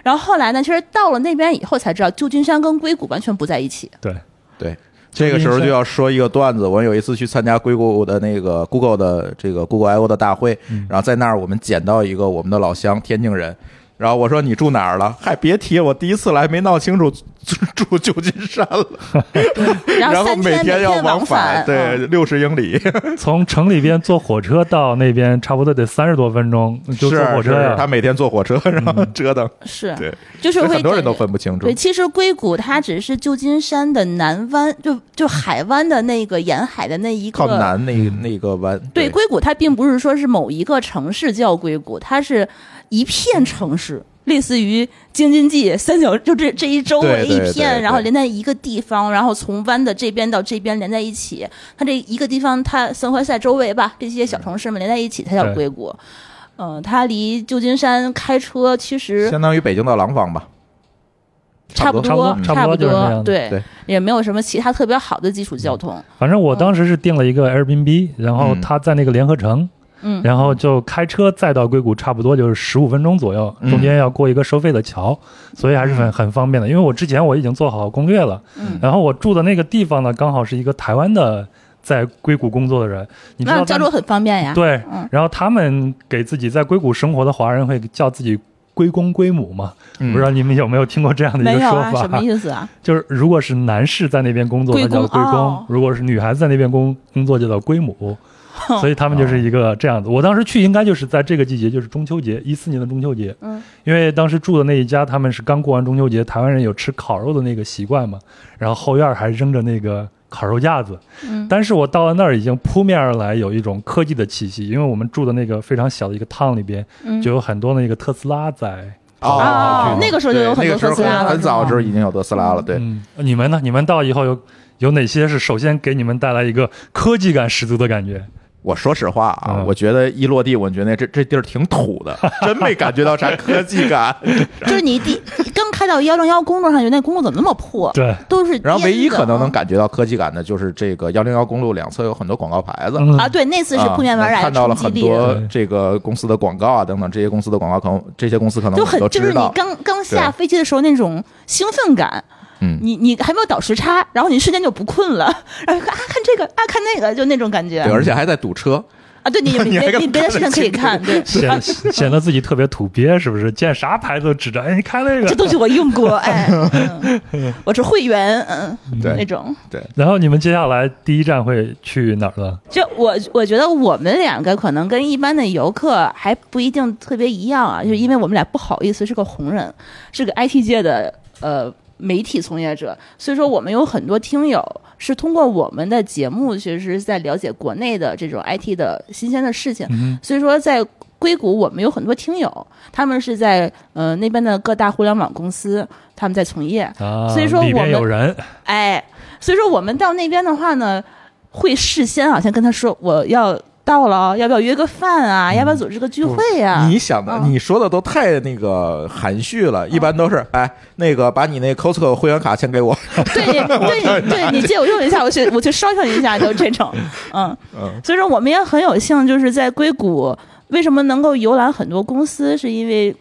Speaker 4: 然后后来呢，其实到了那边以后才知道，旧金山跟硅谷完全不在一起。
Speaker 2: 对，
Speaker 3: 对，这个时候就要说一个段子。我有一次去参加硅谷的那个 Google 的这个 Google I/O 的大会，
Speaker 2: 嗯
Speaker 3: 然后在那儿我们捡到一个我们的老乡天津人。然后我说你住哪儿了？嗨，别提我第一次来没闹清楚， 住住旧金山了。
Speaker 4: 然
Speaker 3: 然后
Speaker 4: 三天
Speaker 3: 天要
Speaker 4: 天往
Speaker 3: 返，
Speaker 4: 嗯
Speaker 3: 对，六十英里。
Speaker 2: 从城里边坐火车到那边，差不多得三十多分钟，就是坐火车
Speaker 3: 是啊
Speaker 2: 呀。嗯
Speaker 3: 他每天坐火车，然后折腾。
Speaker 4: 是，
Speaker 3: 对，
Speaker 4: 哎就是
Speaker 3: 所以
Speaker 4: 会
Speaker 3: 很多人
Speaker 4: 感
Speaker 3: 都
Speaker 4: 觉
Speaker 3: 分不清楚
Speaker 4: 对，。其实硅谷它只是旧金山的南湾，就就海湾的那个沿海的那一个
Speaker 3: 靠南那
Speaker 2: 嗯
Speaker 3: 那个湾，
Speaker 4: 对，硅谷它并不是说是某一个城市叫硅谷，它是一片城
Speaker 2: 嗯
Speaker 4: 市，类似于京津冀三角，就这这一周
Speaker 3: 对
Speaker 4: 围一
Speaker 3: 对
Speaker 4: 片，
Speaker 3: 对
Speaker 4: 然后
Speaker 3: 对
Speaker 4: 连在一个地方，然后从湾的这边到这边连在一起，它这一个地方，它圣何塞周围吧，这些小城市们连在一起，它叫
Speaker 2: 对
Speaker 4: 硅谷。嗯，它离旧金山开车其实
Speaker 3: 相当于北京到廊坊吧。
Speaker 4: 差不
Speaker 3: 不
Speaker 2: 差不
Speaker 4: 多
Speaker 2: 多，
Speaker 4: 差
Speaker 2: 差不多就是那
Speaker 4: 多，
Speaker 2: 样
Speaker 4: 对
Speaker 3: 对，
Speaker 4: 也没有什么其他特别好的基础交通。
Speaker 2: 反正我当时是订了一个 Airbnb，然后
Speaker 3: 嗯
Speaker 2: 他在那个联合城，
Speaker 4: 嗯
Speaker 2: 然后就开车再到硅谷，差不多就是十五分钟左右，
Speaker 3: 嗯
Speaker 2: 中间要过一个收费的桥，所以还是很很方便的。因为我之前我已经做好攻略了，
Speaker 4: 嗯
Speaker 2: 然后我住的那个地方呢，刚好是一个台湾的在硅谷工作的人，你知
Speaker 4: 那
Speaker 2: 道
Speaker 4: 交
Speaker 2: 他
Speaker 4: 通很方便呀。
Speaker 2: 对
Speaker 4: 嗯，
Speaker 2: 然后他们给自己在硅谷生活的华人会叫自己。归公归母嘛，
Speaker 3: 嗯
Speaker 2: 不知道你们有没有听过这样的一
Speaker 4: 没
Speaker 2: 个
Speaker 4: 有
Speaker 2: 说
Speaker 4: 啊，
Speaker 2: 法？
Speaker 4: 什么意思啊？
Speaker 2: 就是如果是男士在那边工作，
Speaker 4: 归
Speaker 2: 那叫
Speaker 4: 公
Speaker 2: 归
Speaker 4: 哦
Speaker 2: 公；如果是女孩子在那边工工作，就叫归 母。所以他们就是一个这样子。我当时去应该就是在这个季节，就是中秋节，一四年的中秋节。
Speaker 4: 嗯，
Speaker 2: 因为当时住的那一家，他们是刚过完中秋节，台湾人有吃烤肉的那个习惯嘛，然后后院还扔着那个烤肉架子。
Speaker 4: 嗯
Speaker 2: 但是我到了那儿已经扑面而来有一种科技的气息，因为我们住的那个非常小的一个 town 里边，
Speaker 4: 嗯
Speaker 2: 就有很多那个特斯拉在。
Speaker 3: 哦
Speaker 4: 哦，
Speaker 2: 对
Speaker 4: 那个时候就有很
Speaker 3: 对那个
Speaker 4: 多
Speaker 3: 时
Speaker 4: 特
Speaker 3: 候
Speaker 4: 斯拉了，
Speaker 3: 很
Speaker 4: 是吗
Speaker 3: 早的时候已经有特斯拉了，对，
Speaker 2: 嗯，你们呢？你们到以后有有哪些是首先给你们带来一个科技感十足的感觉？
Speaker 3: 我说实话啊，
Speaker 2: 嗯
Speaker 3: 我觉得一落地，我觉得这这地儿挺土的，真没感觉到啥科技感。
Speaker 4: 就是你第刚开到幺零幺公路上，觉得那公路怎么那么破？
Speaker 2: 对，
Speaker 4: 都是颠的。啊
Speaker 3: 然后唯一可能能感觉到科技感的，就是这个幺零幺公路两侧有很多广告牌子。
Speaker 2: 嗯
Speaker 4: 啊，对，那次是
Speaker 3: 啊
Speaker 4: 扑面而
Speaker 3: 能
Speaker 4: 来
Speaker 3: 看
Speaker 4: 的
Speaker 3: 到了
Speaker 4: 冲击
Speaker 3: 很
Speaker 4: 力，啊
Speaker 3: 多
Speaker 2: 对
Speaker 3: 这个公司的广告啊，等等，这些公司的广告可能这些公司可能
Speaker 4: 就
Speaker 3: 我们
Speaker 4: 很
Speaker 3: 都
Speaker 4: 就是
Speaker 3: 知
Speaker 4: 你
Speaker 3: 道，
Speaker 4: 刚刚下飞机的时候那种兴奋感，
Speaker 3: 嗯，
Speaker 4: 你你还没有倒时差，然后你瞬间就不困了，然后看啊看这个啊看那个，就那种感觉
Speaker 3: 对，而且还在堵车，
Speaker 4: 啊，对你有
Speaker 3: 你
Speaker 4: 你
Speaker 3: 还
Speaker 4: 别
Speaker 3: 敢
Speaker 4: 你别的事情可以看，对，
Speaker 2: 显显得自己特别土鳖，是不是？见啥牌子都指着，哎，你看那
Speaker 4: 这
Speaker 2: 个。
Speaker 4: 东西我用过，哎， 嗯我是会员，嗯，
Speaker 3: 对
Speaker 4: 那种。
Speaker 2: 然后你们接下来第一站会去哪儿呢？
Speaker 4: 就我我觉得我们两个可能跟一般的游客还不一定特别一样啊，就是因为我们俩不好意思是个红人，是个 IT 界的呃媒体从业者，所以说我们有很多听友是通过我们的节目，其实是在了解国内的这种 IT 的新鲜的事情，
Speaker 2: 嗯，
Speaker 4: 所以说在。硅谷，我们有很多听友，他们是在呃那边的各大互联网公司，他们在从业，
Speaker 2: 啊，
Speaker 4: 所以说
Speaker 2: 里
Speaker 4: 我
Speaker 2: 边
Speaker 4: 们
Speaker 2: 有人，
Speaker 4: 哎，所以说我们到那边的话呢，会事先好像跟他说我要到了哦，要不要约个饭啊？要不要组织个聚会呀、
Speaker 3: 嗯你想的、
Speaker 4: 啊
Speaker 3: 你说的都太那个含蓄了，一般都是哎，那个把你那 Costco 会员卡先给我，
Speaker 4: 对对对对，你借我用一下，我去我去烧烫一下，就这种，嗯
Speaker 3: 嗯
Speaker 4: 所以说我们也很有幸，就是在硅谷，为什么能够游览很多公司，是因为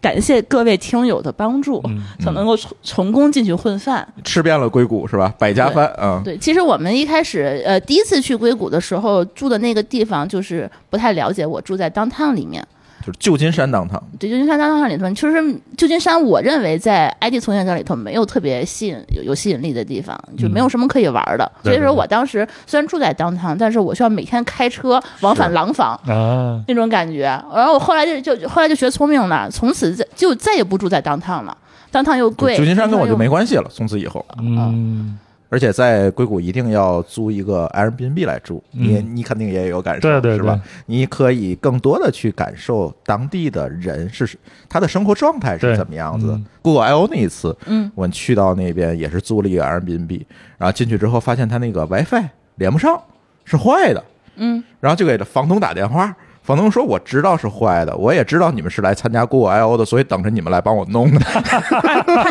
Speaker 4: 感谢各位听友的帮助，
Speaker 2: 嗯，
Speaker 4: 才能够成成功进去混饭。
Speaker 3: 吃遍了硅谷是吧？百家饭，嗯，
Speaker 4: 对，其实我们一开始呃第一次去硅谷的时候住的那个地方就是不太了解，我住在 downtown 里面。
Speaker 3: 就是旧金山当堂，
Speaker 4: 对旧金山 downtown 里头，其实旧金山我认为在 IT 从业者里头没有特别吸引有有吸引力的地方，就
Speaker 3: 嗯
Speaker 4: 没有什么可以玩的。
Speaker 2: 对
Speaker 4: 所以
Speaker 2: 对
Speaker 4: 说我当时虽然住在 downtown，但是我需要每天开车往返廊坊。
Speaker 2: 啊，
Speaker 4: 那种感觉，然后我后来就就就后来就学聪明了，从此再就再也不住在 downtown 了。downtown 又贵，
Speaker 3: 旧金山跟
Speaker 4: downtown
Speaker 3: 我就
Speaker 4: 又
Speaker 3: 没关系了，从此以后，
Speaker 4: 啊
Speaker 2: 嗯，
Speaker 3: 而且在硅谷一定要租一个 Airbnb 来住，你你肯定也有感受，
Speaker 2: 嗯对对
Speaker 3: 是吧？你可以更多的去感受当地的人是他的生活状态
Speaker 2: 对
Speaker 3: 是怎么样子
Speaker 2: 嗯。
Speaker 3: Google I O 那一次，
Speaker 4: 嗯，
Speaker 3: 我们去到那边也是租了一个 Airbnb，然后进去之后发现他那个 WiFi 连不上，是坏的，
Speaker 4: 嗯，
Speaker 3: 然后就给房东打电话。房东说：“我知道是坏的，我也知道你们是来参加 Google I O 的，所以等着你们来帮我弄的。
Speaker 4: 他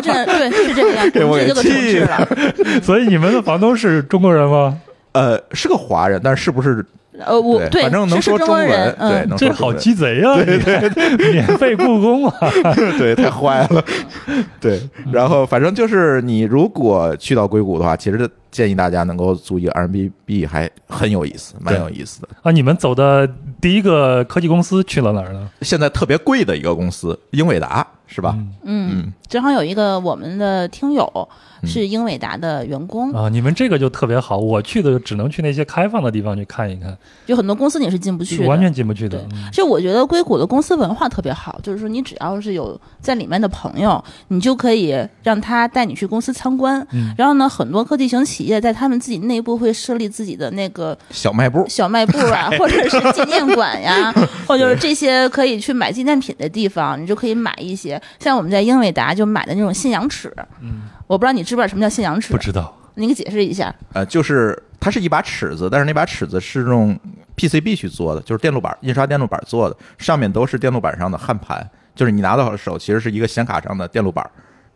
Speaker 4: 真的对是这个样，
Speaker 3: 给我
Speaker 4: 这
Speaker 3: 给
Speaker 4: 个城
Speaker 3: 气
Speaker 4: 市了，
Speaker 2: 所以你们的房东是中国人 吗？
Speaker 3: 呃，是个华人，但是不是
Speaker 4: 呃，我
Speaker 3: 对，反正能
Speaker 4: 是
Speaker 3: 说
Speaker 4: 中
Speaker 3: 中
Speaker 4: 国
Speaker 3: 文，
Speaker 4: 人，
Speaker 3: 对，
Speaker 4: 嗯，
Speaker 3: 能说
Speaker 2: 这
Speaker 3: 中
Speaker 2: 好
Speaker 3: 文，
Speaker 2: 鸡贼啊！对对对，免费故宫啊！
Speaker 3: 对，太坏了， 对。
Speaker 2: 嗯
Speaker 3: 然后反正就是你如果去到硅谷的话，其实建议大家能够租一个 Airbnb，还很有意思，蛮有意思的。
Speaker 2: 啊，你们走的第一个科技公司去了哪儿
Speaker 4: 嗯
Speaker 2: 呢？
Speaker 3: 现在特别贵的一个公司，英伟达是吧？
Speaker 2: 嗯
Speaker 4: 嗯
Speaker 3: 嗯，
Speaker 4: 正好有一个我们的听友
Speaker 3: 嗯
Speaker 4: 是英伟达的员工，
Speaker 2: 啊，你们这个就特别好，我去的只能去那些开放的地方去看一看，
Speaker 4: 有很多公司你是进不去的，
Speaker 2: 完全进不去的嗯
Speaker 4: 对。这我觉得硅谷的公司文化特别好，就是说你只要是有在里面的朋友，你就可以让他带你去公司参观。
Speaker 2: 嗯
Speaker 4: 然后呢，很多科技型企业在他们自己内部会设立自己的那个
Speaker 3: 小卖部，
Speaker 4: 小卖部 啊，或者是纪念馆呀，或者是这些可以去买纪念品的地方，你就可以买一些。像我们在英伟达就买的那种信仰尺，
Speaker 2: 嗯，
Speaker 4: 我不知道你知不知道什么叫信仰尺
Speaker 2: 不，知道
Speaker 4: 你给解释一下。
Speaker 3: 呃，就是它是一把尺子，但是那把尺子是用 PCB 去做的，就是电路板印刷电路板做的，上面都是电路板上的焊盘，就是你拿到手其实是一个显卡上的电路板，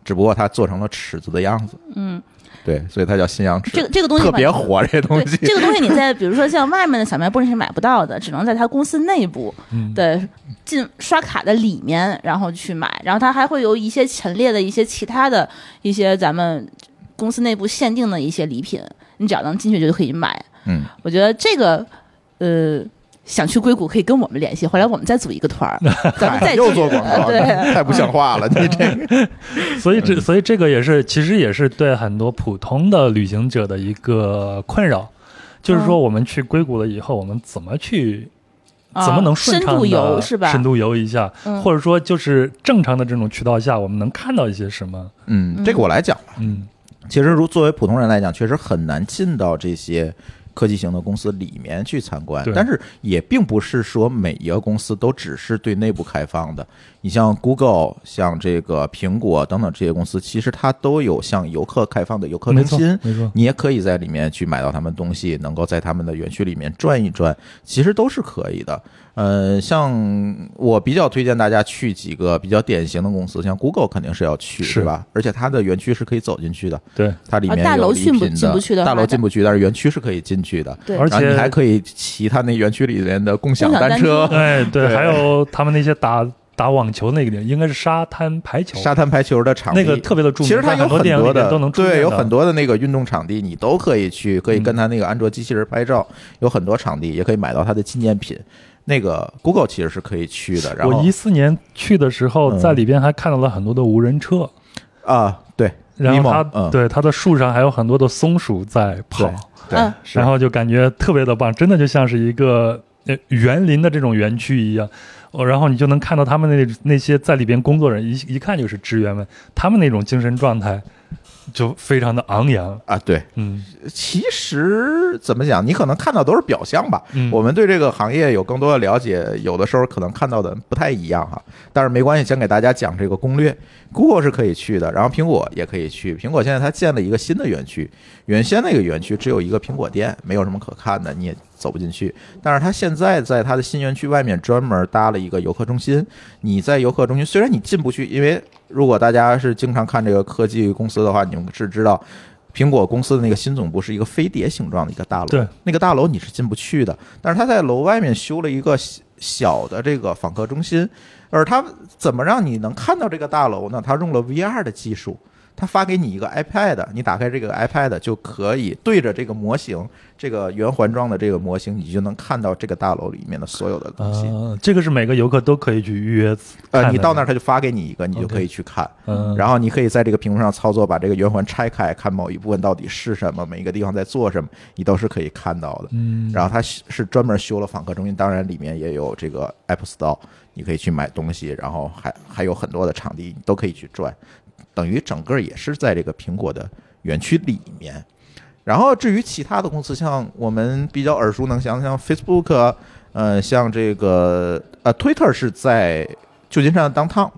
Speaker 3: 只不过它做成了尺子的样子。
Speaker 4: 嗯，
Speaker 3: 对，所以它叫新阳尺，
Speaker 4: 这个这个东西
Speaker 3: 特
Speaker 4: 吧
Speaker 3: 别火，这
Speaker 4: 对
Speaker 3: 东西。
Speaker 4: 这个东西，你在比如说像外面的小卖部你是买不到的，只能在他公司内部
Speaker 2: 嗯
Speaker 4: 的进刷卡的里面，然后去买。然后它还会有一些陈列的一些其他的一些咱们公司内部限定的一些礼品，你只要能进去就可以买。
Speaker 3: 嗯，
Speaker 4: 我觉得这个呃，想去硅谷可以跟我们联系，回来我们再组一个 团儿，咱们再
Speaker 3: 嗨又
Speaker 4: 去
Speaker 3: 做广告，
Speaker 4: 对
Speaker 3: 太不像话 了，你这个
Speaker 2: 所以这
Speaker 3: 嗯
Speaker 2: 所以这个也是其实也是对很多普通的旅行者的一个困扰，就是
Speaker 4: 嗯
Speaker 2: 说我们去硅谷了以后，我们怎么去
Speaker 4: 啊
Speaker 2: 怎么能顺
Speaker 4: 深
Speaker 2: 畅
Speaker 4: 度游
Speaker 2: 的
Speaker 4: 是吧？
Speaker 2: 深度游一下，
Speaker 4: 嗯
Speaker 2: 或者说就是正常的这种渠道下，我们能看到一些什么？
Speaker 3: 嗯，这个我来讲吧。
Speaker 2: 嗯
Speaker 3: 其实如作为普通人来讲，确实很难进到这些。科技型的公司里面去参观
Speaker 2: 对，
Speaker 3: 但是也并不是说每一个公司都只是对内部开放的。你像 Google、像这个苹果等等这些公司，其实它都有向游客开放的游客
Speaker 2: 没
Speaker 3: 中
Speaker 2: 错
Speaker 3: 心，
Speaker 2: 没错，
Speaker 3: 你也可以在里面去买到他们东西，能够在他们的园区里面转一转，其实都是可以的。呃，像我比较推荐大家去几个比较典型的公司，像 Google 肯定是要去，
Speaker 2: 是
Speaker 3: 是吧？而且它的园区是可以走进去的，
Speaker 2: 对，
Speaker 3: 它里
Speaker 4: 啊
Speaker 3: 面有
Speaker 4: 大楼
Speaker 3: 礼
Speaker 4: 进不
Speaker 3: 品
Speaker 4: 进不去的
Speaker 3: 大
Speaker 4: 话
Speaker 3: 楼
Speaker 4: 的
Speaker 3: 进不去，但是园区是可以进去的。
Speaker 4: 对
Speaker 2: 而
Speaker 3: 然后啊你
Speaker 2: 且
Speaker 3: 还可以骑它那园区里面的共享
Speaker 4: 共享单
Speaker 3: 车、
Speaker 2: 哎对，
Speaker 3: 对
Speaker 2: 还有他们那些打打网球那个地方，应该是沙滩排球，
Speaker 3: 沙滩排球的场地，
Speaker 2: 那个特别的著
Speaker 3: 其
Speaker 2: 名，
Speaker 3: 实它
Speaker 2: 在
Speaker 3: 有
Speaker 2: 很多电影里
Speaker 3: 的
Speaker 2: 面都能出现
Speaker 3: 对，有
Speaker 2: 的嗯
Speaker 3: 很多的那个运动场地，你都可以去，可以跟它那个安卓机器人拍照，有很多场地也可以买到它的纪念品。那个 Google 其实是可以去的，然
Speaker 2: 我
Speaker 3: 后
Speaker 2: 一四年去的时候，
Speaker 3: 嗯
Speaker 2: 在里边还看到了很多的无人车，
Speaker 3: 啊，对，
Speaker 2: 然后
Speaker 3: Nemo，
Speaker 2: 它、
Speaker 3: 嗯
Speaker 2: 对它的树上还有很多的松鼠在跑
Speaker 3: 对，对
Speaker 4: 嗯，
Speaker 3: 是
Speaker 2: 然后就感觉特别的棒，真的就像是一个呃园林的这种园区一样。哦，然后你就能看到他们那那些在里边工作人一一看就是职员们，他们那种精神状态就非常的昂扬。
Speaker 3: 啊，对，
Speaker 2: 嗯
Speaker 3: 其实怎么讲，你可能看到都是表象吧。
Speaker 2: 嗯，
Speaker 3: 我们对这个行业有更多的了解，有的时候可能看到的不太一样哈，但是没关系，先给大家讲这个攻略。Google 是可以去的，然后苹果也可以去。苹果现在它建了一个新的园区，原先那个园区只有一个苹果店，没有什么可看的，你也走不进去。但是它现在在它的新园区外面专门搭了一个游客中心，你在游客中心，虽然你进不去，因为如果大家是经常看这个科技公司的话，你们是知道。苹果公司的那个新总部是一个飞碟形状的一个大楼，
Speaker 2: 对，
Speaker 3: 那个大楼你是进不去的。但是它在楼外面修了一个小小的这个访客中心，而它怎么让你能看到这个大楼呢？它用了 VR 的技术，它发给你一个 iPad，你打开这个 iPad 就可以对着这个模型，这个圆环状的这个模型，你就能看到这个大楼里面的所有的东西。
Speaker 2: 啊，这个是每个游客都可以去预约。看
Speaker 3: 呃，
Speaker 2: 的
Speaker 3: 你到那儿，它就发给你一个，你就
Speaker 2: OK
Speaker 3: 可以去看。
Speaker 2: 嗯，
Speaker 3: 然后你可以在这个屏幕上操作，把这个圆环拆开，看某一部分到底是什么，每一个地方在做什么，你都是可以看到的。
Speaker 2: 嗯，
Speaker 3: 然后它是是专门修了访客中心，当然里面也有这个 App Store，你可以去买东西，然后还还有很多的场地你都可以去转，等于整个也是在这个苹果的园区里面。然后至于其他的公司，像我们比较耳熟能详的，像 Facebook，啊呃，像这个呃 Twitter 是在旧金山的 downtown，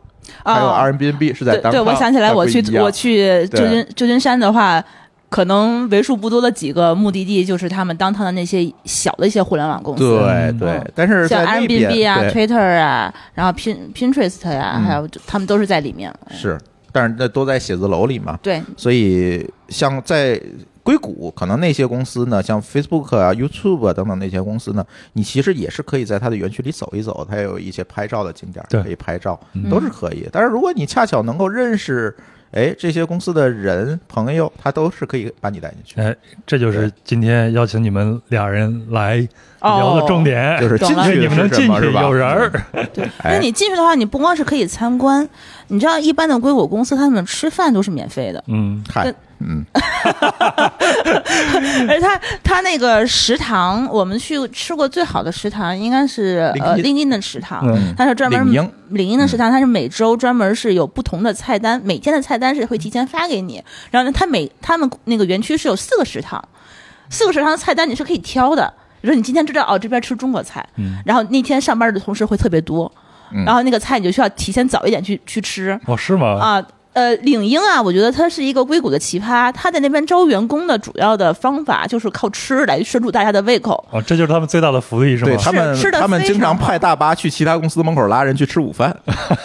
Speaker 3: 还有 Airbnb 是在
Speaker 4: 哦对
Speaker 3: downtown，
Speaker 4: 对，我想起来，
Speaker 3: 那
Speaker 4: 我
Speaker 3: 不
Speaker 4: 去
Speaker 3: 一样
Speaker 4: 我去旧
Speaker 3: 对
Speaker 4: 金旧金山的话，可能为数不多的几个目的地就是他们当趟的那些小的一些互联网公司，
Speaker 3: 对
Speaker 2: 嗯
Speaker 3: 对
Speaker 4: 嗯，
Speaker 3: 但是
Speaker 4: 像
Speaker 3: 在那边
Speaker 4: Airbnb 啊、
Speaker 3: 对
Speaker 4: Twitter 啊，然后 Pin Pinterest 呀、
Speaker 3: 嗯
Speaker 4: 还有就他们都是在里面了。
Speaker 3: 是，但是那都在写字楼里嘛，
Speaker 4: 对，
Speaker 3: 所以像在硅谷，可能那些公司呢，像 Facebook 啊、YouTube 啊等等那些公司呢，你其实也是可以在它的园区里走一走，它有一些拍照的景点
Speaker 2: 对
Speaker 3: 可以拍照
Speaker 2: 嗯，
Speaker 3: 都是可以。但是如果你恰巧能够认识。哎，这些公司的人朋友，他都是可以把你带进去，
Speaker 2: 哎，这就是今天邀请你们俩人来
Speaker 4: 哦，
Speaker 2: 聊的重。点，
Speaker 3: 就是进
Speaker 4: 懂了
Speaker 2: 因为哎你
Speaker 3: 去
Speaker 2: 们能
Speaker 3: 是什
Speaker 2: 进
Speaker 3: 么
Speaker 2: 去
Speaker 3: 是吧？嗯哎
Speaker 2: 有人儿，
Speaker 4: 那你进去的话，你不光是可以参观，你知道一般的硅谷公司他们吃饭都是免费的，
Speaker 2: 嗯，
Speaker 3: 嗨
Speaker 4: 跟，
Speaker 3: 嗯，
Speaker 4: 而哎他他那个食堂，我们去吃过最好的食堂应该是呃
Speaker 3: 林
Speaker 4: 林荫的食堂，
Speaker 2: 嗯
Speaker 4: 它是专门
Speaker 3: 领英嗯
Speaker 4: 领英的食堂，它是每周专门是有不同的菜单，每天的菜单是会提前发给你。然后呢，它每他们那个园区是有四个食堂，四个食堂的菜单你是可以挑的。比如说你今天知道哦，这边吃中国菜，
Speaker 2: 嗯
Speaker 4: 然后那天上班的同事会特别多，
Speaker 3: 嗯
Speaker 4: 然后那个菜你就需要提前早一点去去吃
Speaker 2: 哦，是吗？
Speaker 4: 啊。呃，领英啊，我觉得它是一个硅谷的奇葩，它在那边招员工的主要的方法就是靠吃来拴住大家的胃口。
Speaker 2: 哦，这就是他们最大的福利，是
Speaker 3: 对
Speaker 2: 吗？
Speaker 3: 他们
Speaker 4: 吃得
Speaker 3: 他们
Speaker 4: 非
Speaker 3: 经
Speaker 4: 常
Speaker 3: 常派大巴去其他公司门口拉人去吃午饭，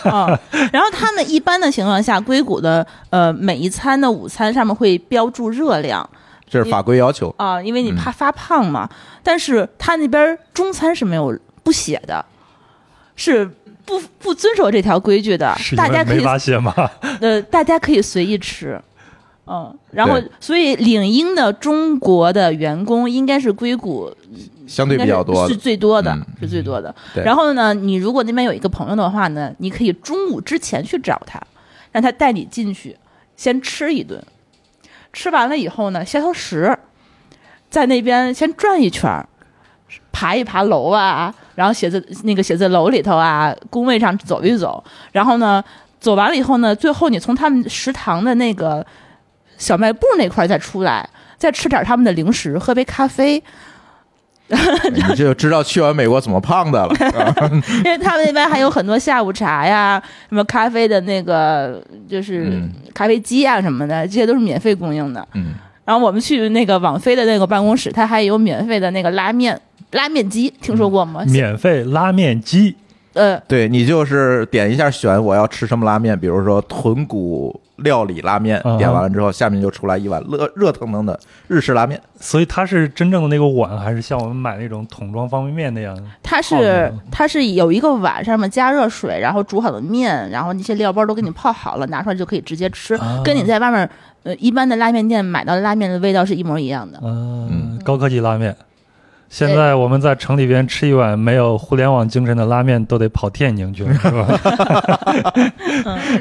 Speaker 4: 啊、然后他们一般的情况下，硅谷的呃每一餐的午餐上面会标注热量
Speaker 3: 这是法规要求。
Speaker 4: 啊、因为你
Speaker 3: 嗯
Speaker 4: 怕发胖嘛。但是他那边中餐是没有不写的，是不不遵守这条规矩的
Speaker 2: 是，因
Speaker 4: 大
Speaker 2: 为
Speaker 4: 家可
Speaker 2: 没
Speaker 4: 以
Speaker 2: 发现吗？
Speaker 4: 呃大家可以随意吃。嗯，然后
Speaker 3: 对
Speaker 4: 所以领英的中国的员工应该是硅谷
Speaker 3: 相对比较
Speaker 4: 应该
Speaker 3: 多
Speaker 4: 是
Speaker 3: 的
Speaker 4: 是最多的
Speaker 3: 嗯，
Speaker 4: 是最多的。
Speaker 3: 对
Speaker 4: 然后呢，你如果那边有一个朋友的话呢，你可以中午之前去找他，让他带你进去，先吃一顿，吃完了以后呢，消消食，在那边先转一圈儿。爬一爬楼啊，然后写字那个写字楼里头啊，工位上走一走，然后呢，走完了以后呢，最后你从他们食堂的那个小卖部那块儿再出来，再吃点儿他们的零食，喝杯咖啡，
Speaker 3: 哎你就知道去完美国怎么胖的了。
Speaker 4: 因为他们那边还有很多下午茶呀、什么咖啡的那个就是
Speaker 3: 嗯
Speaker 4: 咖啡机啊什么的，这些都是免费供应的。
Speaker 3: 嗯，
Speaker 4: 然后我们去那个网飞的那个办公室，它还有免费的那个拉面拉面机，听说过吗？
Speaker 2: 免费拉面机，
Speaker 4: 呃，
Speaker 3: 对你就是点一下选我要吃什么拉面，比如说豚骨料理拉面
Speaker 2: 嗯，
Speaker 3: 点完了之后，下面就出来一碗热热腾腾的日式拉面，
Speaker 2: 所以它是真正的那个碗，还是像我们买那种桶装方便面那样？
Speaker 4: 它
Speaker 2: 泡
Speaker 4: 是
Speaker 2: 面
Speaker 4: 它是有一个碗，上面加热水，然后煮好的面，然后那些料包都给你泡好了，拿出来就可以直接吃，
Speaker 2: 啊
Speaker 4: 跟你在外面呃一般的拉面店买到的拉面的味道是一模一样的。
Speaker 2: 嗯
Speaker 3: 嗯，
Speaker 2: 高科技拉面。现在我们在城里边吃一碗没有互联网精神的拉面，都得跑天津去了，是吧？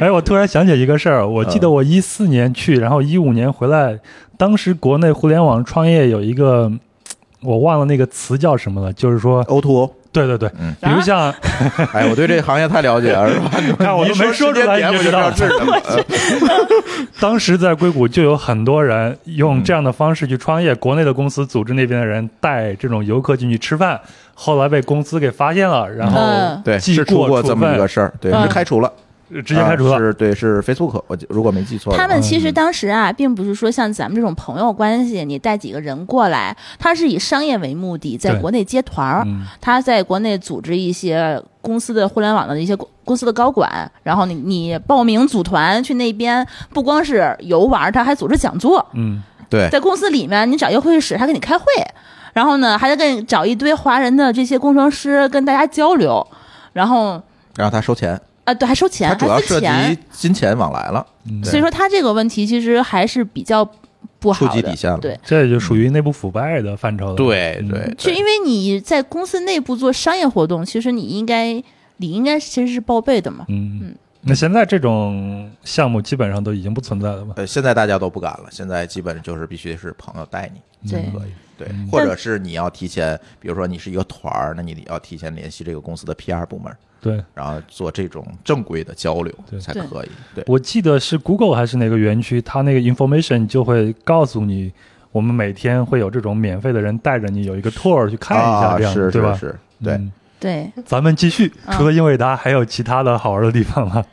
Speaker 2: 哎，我突然想起一个事儿，我记得我一四年去，然后一五年回来，当时国内互联网创业有一个，我忘了那个词叫什么了，就是说，
Speaker 3: O to O。
Speaker 2: 对对对，
Speaker 3: 嗯
Speaker 2: 比如 像
Speaker 3: 哎，我对这个行业太了解了，是吧？你
Speaker 2: 看我都
Speaker 3: 一
Speaker 2: 没说
Speaker 3: 时
Speaker 2: 出
Speaker 3: 间
Speaker 2: 来
Speaker 3: 点
Speaker 2: 你
Speaker 3: 我
Speaker 2: 就
Speaker 3: 就
Speaker 2: 知道
Speaker 3: 知道是什么。
Speaker 2: 当时在硅谷就有很多人用这样的方式去创业，国内的公司组织那边的人带这种游客进去吃饭，后来被公司给发现了，然后
Speaker 4: 嗯
Speaker 3: 对，
Speaker 2: 记
Speaker 3: 是出过这么
Speaker 2: 处
Speaker 3: 一个
Speaker 2: 分
Speaker 3: 事儿，对，
Speaker 4: 嗯
Speaker 3: 是开除了，
Speaker 2: 直接开除了。
Speaker 3: 啊是对，是 Facebook，我记如果没记错的话，
Speaker 4: 他们其实
Speaker 3: 嗯
Speaker 4: 当时啊，并不是说像咱们这种朋友关系，你带几个人过来，他是以商业为目的，在
Speaker 2: 对
Speaker 4: 国内接团儿，
Speaker 2: 嗯，
Speaker 4: 他在国内组织一些公司的互联网的一些公公司的高管，然后你你报名组团去那边，不光是游玩儿，他还组织讲座，
Speaker 2: 嗯，
Speaker 3: 对，
Speaker 4: 在公司里面你找一个会议室，还给你开会，然后呢，还得跟你找一堆华人的这些工程师跟大家交流，然后
Speaker 3: 然后他收钱，
Speaker 4: 啊，对，还收钱，
Speaker 3: 他主要
Speaker 4: 还分
Speaker 3: 涉
Speaker 4: 钱
Speaker 3: 及，金钱往来了，
Speaker 2: 嗯
Speaker 3: 对
Speaker 4: 所以说他这个问题其实还是比较不好
Speaker 3: 触
Speaker 4: 的，
Speaker 3: 及底线了。
Speaker 4: 对
Speaker 2: 这就属于内部腐败的范畴了。
Speaker 3: 对
Speaker 2: 嗯
Speaker 3: 对，
Speaker 4: 就因为你在公司内部做商业活动，其实你应该，你应该其实是报备的嘛。
Speaker 2: 嗯
Speaker 4: 嗯，
Speaker 2: 那现在这种项目基本上都已经不存在了吧？
Speaker 3: 呃，现在大家都不敢了，现在基本就是必须是朋友带你，
Speaker 4: 对
Speaker 3: 可
Speaker 2: 嗯
Speaker 3: 以，对，或者是你要提前，比如说你是一个团儿，那你要提前联系这个公司的 PR 部门，
Speaker 2: 对，
Speaker 3: 然后做这种正规的交流
Speaker 2: 对
Speaker 3: 才可以。对，
Speaker 2: 我记得是 Google 还是哪个园区，它那个 information 就会告诉你我们每天会有这种免费的人带着你有一个 tour 去看一下，
Speaker 3: 啊
Speaker 2: 这样、
Speaker 3: 是
Speaker 2: 对吧
Speaker 3: 是？是，对。
Speaker 2: 嗯
Speaker 4: 对，
Speaker 2: 咱们继续，
Speaker 4: 嗯
Speaker 2: 除了英伟达，还有其他的好玩的地方吗？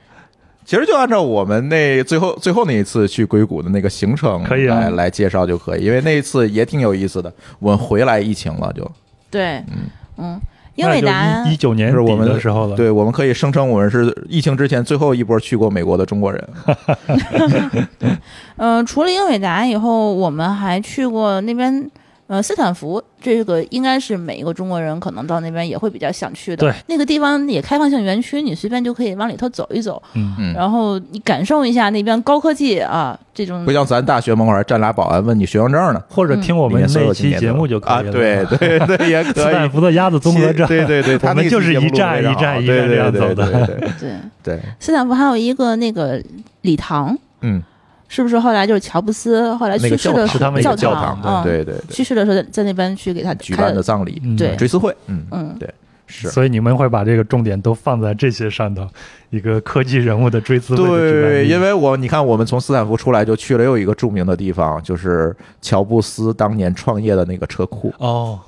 Speaker 3: 其实就按照我们那最后最后那一次去硅谷的那个行程
Speaker 2: 可以啊
Speaker 3: 来来介绍就可以，因为那一次也挺有意思的。我们回来疫情了就，
Speaker 4: 对，
Speaker 3: 嗯
Speaker 4: 嗯，英伟达
Speaker 2: 一九年
Speaker 3: 是我
Speaker 2: 底
Speaker 3: 们
Speaker 2: 的时候了，
Speaker 3: 对，我们可以声称我们是疫情之前最后一波去过美国的中国人。
Speaker 4: 呃，除了英伟达以后，我们还去过那边。呃，斯坦福这个应该是每一个中国人可能到那边也会比较想去的。
Speaker 2: 对，
Speaker 4: 那个地方也开放性园区，你随便就可以往里头走一走，
Speaker 2: 嗯，
Speaker 3: 嗯，
Speaker 4: 然后你感受一下那边高科技啊这种
Speaker 3: 不。像咱大学门口还站俩保安问你学生证呢。
Speaker 2: 或者听我
Speaker 3: 里
Speaker 2: 们
Speaker 3: 面嗯所
Speaker 2: 那
Speaker 3: 有景
Speaker 2: 期
Speaker 3: 点
Speaker 2: 节
Speaker 3: 都
Speaker 2: 目
Speaker 3: 有
Speaker 2: 就可
Speaker 3: 啊，
Speaker 2: 以了。
Speaker 3: 对对对， 也
Speaker 2: 斯
Speaker 3: 可
Speaker 2: 坦
Speaker 3: 以。
Speaker 2: 福的鸭子综合症，
Speaker 3: 对对对，他
Speaker 2: 我们
Speaker 3: 那
Speaker 2: 就是
Speaker 3: 期节目
Speaker 2: 一站
Speaker 3: 录得
Speaker 2: 一站
Speaker 3: 好
Speaker 2: 一
Speaker 3: 对
Speaker 2: 站
Speaker 3: 对
Speaker 2: 这样
Speaker 3: 对
Speaker 2: 走的
Speaker 3: 对对对
Speaker 4: 对，
Speaker 3: 对，
Speaker 4: 斯坦福还有一个那个礼堂，
Speaker 3: 嗯，
Speaker 4: 是不是后来就是乔布斯后来
Speaker 3: 那
Speaker 4: 去
Speaker 3: 个
Speaker 4: 世
Speaker 3: 教堂
Speaker 4: 的时候
Speaker 2: 是他们一个
Speaker 4: 教
Speaker 2: 教
Speaker 4: 堂
Speaker 2: 堂
Speaker 4: 啊，
Speaker 3: 对对对，
Speaker 4: 去世的时候在那边去给他
Speaker 3: 举
Speaker 4: 开
Speaker 3: 办
Speaker 4: 了
Speaker 3: 的葬礼、
Speaker 2: 嗯
Speaker 4: 对
Speaker 3: 追思会，嗯，
Speaker 4: 嗯，
Speaker 3: 对，是。
Speaker 2: 所以你们会把这个重点都放在这些上头，一个科技人物的追思会的举办
Speaker 3: 对，
Speaker 2: 地
Speaker 3: 因为我你看，我们从斯坦福出来就去了又一个著名的地方，就是乔布斯当年创业的那个车库。
Speaker 2: 哦，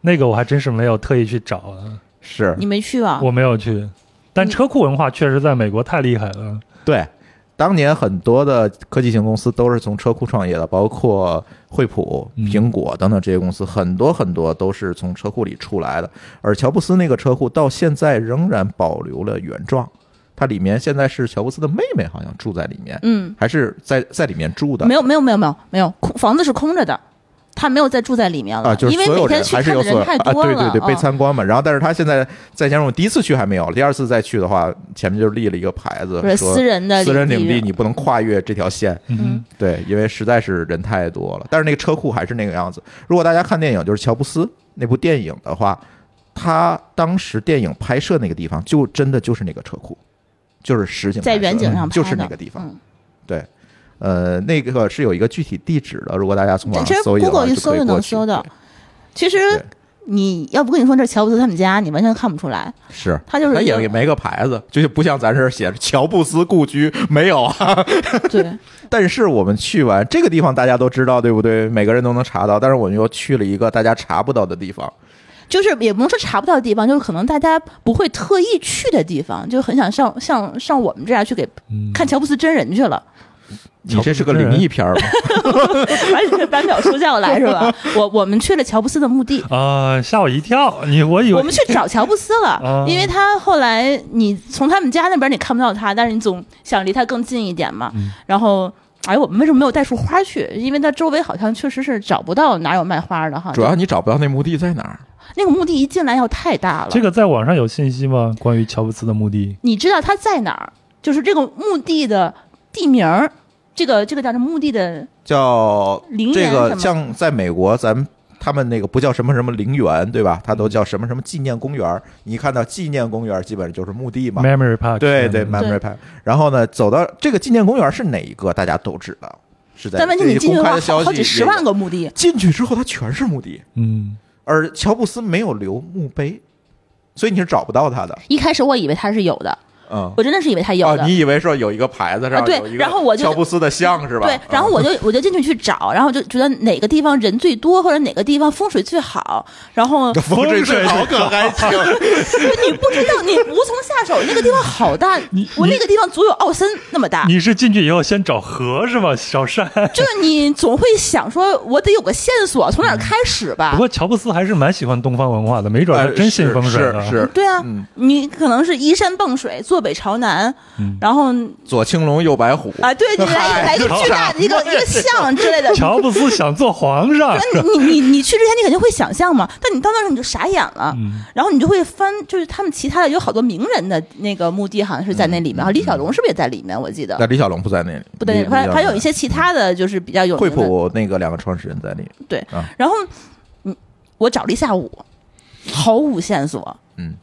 Speaker 2: 那个我还真是没有特意去找啊，
Speaker 3: 是
Speaker 4: 你没去啊吧？
Speaker 2: 我没有去。但
Speaker 4: 你
Speaker 2: 车库文化确实在美国太厉害了，
Speaker 3: 对，当年很多的科技型公司都是从车库创业的，包括惠普、
Speaker 2: 嗯
Speaker 3: 苹果等等这些公司，很多很多都是从车库里出来的。而乔布斯那个车库到现在仍然保留了原状，它里面现在是乔布斯的妹妹好像住在里面，
Speaker 4: 嗯，
Speaker 3: 还是在在里面住的
Speaker 4: 没。有没有没有没有没有，空房子是空着的，他没有再住在里面了，
Speaker 3: 啊，就是
Speaker 4: 因为
Speaker 3: 所
Speaker 4: 每
Speaker 3: 有
Speaker 4: 天
Speaker 3: 人
Speaker 4: 去
Speaker 3: 还
Speaker 4: 看
Speaker 3: 是有
Speaker 4: 的
Speaker 3: 所有
Speaker 4: 人
Speaker 3: 人
Speaker 4: 太多了，
Speaker 3: 啊，对对对，被
Speaker 4: 嗯
Speaker 3: 参观嘛。然后，但是他现在在加上我第一次去还没有，第二次再去的话，前面就立了一个牌子，
Speaker 4: 不是
Speaker 3: 说
Speaker 4: 私人的
Speaker 3: 私人领地，
Speaker 4: 地
Speaker 3: 你不能跨越这条线。
Speaker 4: 嗯，
Speaker 3: 对，因为实在是人太多了。但是那个车库还是那个样子。如果大家看电影，就是乔布斯那部电影的话，他当时电影拍摄那个地方，就真的就是那个车库，就是实景
Speaker 4: 在
Speaker 3: 拍摄嗯
Speaker 4: 远景上拍的，
Speaker 3: 就是那个地方。
Speaker 4: 嗯
Speaker 3: 对，呃，那个是有一个具体地址的，如果大家从网
Speaker 4: 其
Speaker 3: 上
Speaker 4: 实
Speaker 3: 搜一的话
Speaker 4: Google 一
Speaker 3: 就
Speaker 4: 搜
Speaker 3: 可以
Speaker 4: 就
Speaker 3: 过
Speaker 4: 能
Speaker 3: 去
Speaker 4: 搜到
Speaker 3: 对。
Speaker 4: 其实
Speaker 3: 对
Speaker 4: 你要不跟你说这是乔布斯他们家，你完全看不 出来，
Speaker 3: 是。
Speaker 4: 他就是
Speaker 3: 他
Speaker 4: 一
Speaker 3: 也
Speaker 4: 个
Speaker 3: 也没个牌子，就是不像咱这儿写着乔布斯故居没有啊。
Speaker 4: 对，
Speaker 3: 但是我们去完这个地方，大家都知道，对不对？每个人都能查到。但是我们又去了一个大家查不到的地方，
Speaker 4: 就是也不能说查不到的地方，就是可能大家不会特意去的地方，就很想上上上我们这样去给
Speaker 2: 嗯
Speaker 4: 看乔布斯真人去了，
Speaker 3: 你这是个灵异片儿 吗？
Speaker 4: 把你班表书叫来是 吧？我我们去了乔布斯的墓地。
Speaker 2: 啊，吓我一跳，你我以为
Speaker 4: 我们去找乔布斯
Speaker 2: 啊
Speaker 4: 了，因为他后来你从他们家那边你看不到他，但是你总想离他更近一点嘛。
Speaker 2: 嗯
Speaker 4: 然后，哎，我们为什么没有带束花去？因为他周围好像确实是找不到哪有卖花的哈。
Speaker 3: 主要你找不到那墓地在哪儿。
Speaker 4: 那个墓地一进来要太大了，
Speaker 2: 这个在网上有信息吗？关于乔布斯的墓地？
Speaker 4: 你知道他在哪儿？就是这个墓地的地名儿，这个这个叫什么墓地的
Speaker 3: 叫
Speaker 4: 陵园
Speaker 3: 这
Speaker 4: 什
Speaker 3: 个
Speaker 4: 么
Speaker 3: 像在美国，咱们他们那个不叫什么什么陵园，对吧？它都叫什么什么纪念公园儿。你一看到纪念公园儿，基本上就是墓地嘛。
Speaker 2: Memory Park，
Speaker 3: 对对
Speaker 2: 嗯
Speaker 3: ，Memory Park。然后呢，走到这个纪念公园是哪一个，大家都知道，是在
Speaker 4: 但问题你
Speaker 3: 这
Speaker 4: 进去
Speaker 3: 公
Speaker 4: 的
Speaker 3: 开
Speaker 4: 话，
Speaker 3: 的消
Speaker 4: 好
Speaker 3: 息
Speaker 4: 好几十
Speaker 3: 也
Speaker 4: 万
Speaker 3: 有。
Speaker 4: 个墓地，
Speaker 3: 进去之后，它全是墓地，
Speaker 2: 嗯，
Speaker 3: 而乔布斯没有留墓碑，所以你是找不到他的。
Speaker 4: 一开始我以为他是有的，
Speaker 3: 嗯，
Speaker 4: 我真的是以为他有
Speaker 3: 哦
Speaker 4: 的，。
Speaker 3: 你以为说有一个牌子上
Speaker 4: 啊对
Speaker 3: 有一个
Speaker 4: 然后我就
Speaker 3: 乔布斯的像是吧？啊
Speaker 4: 对，然后我就我就进去去找，然后就觉得哪个地方人最多，或者哪个地方风水最好，然后
Speaker 3: 嗯风水最好可还行。
Speaker 4: 你不知道，你无从下手。那个地方好大
Speaker 2: 你，
Speaker 4: 我
Speaker 2: 你
Speaker 4: 那个地方足有奥森那么大，
Speaker 2: 你是进去以后先找河是吧？找 山。
Speaker 4: 就是你总会想说，我得有个线索，从哪儿开始吧
Speaker 2: 不？过乔布斯还是蛮喜欢东方文化的，没准儿
Speaker 3: 哎
Speaker 2: 他 真信风水的。
Speaker 3: 是是
Speaker 4: 对啊，
Speaker 3: 嗯
Speaker 4: 你可能是依山傍水，坐北朝南，
Speaker 3: 嗯
Speaker 4: 然后
Speaker 3: 左青龙右白虎
Speaker 4: 啊，对你来来一个巨大的一个一个像之类的。
Speaker 2: 乔布斯想做皇上，
Speaker 4: 那你你你去之前你肯定会想象嘛，但你到那儿你就傻眼了，
Speaker 3: 嗯
Speaker 4: 然后你就会翻，就是他们其他的有好多名人的那个墓地好像是在那里面，啊，李小龙是不是也在里面？我记
Speaker 3: 那
Speaker 4: 得
Speaker 3: 李小龙不嗯在那里，
Speaker 4: 不对，
Speaker 3: 李
Speaker 4: 还还有
Speaker 3: 李小
Speaker 4: 一。些其他的就是比较有
Speaker 3: 龙嗯惠
Speaker 4: 名的，
Speaker 3: 普那个两个创始人在那里，
Speaker 4: 然后嗯，我找了一下午，毫无线索，
Speaker 3: 嗯，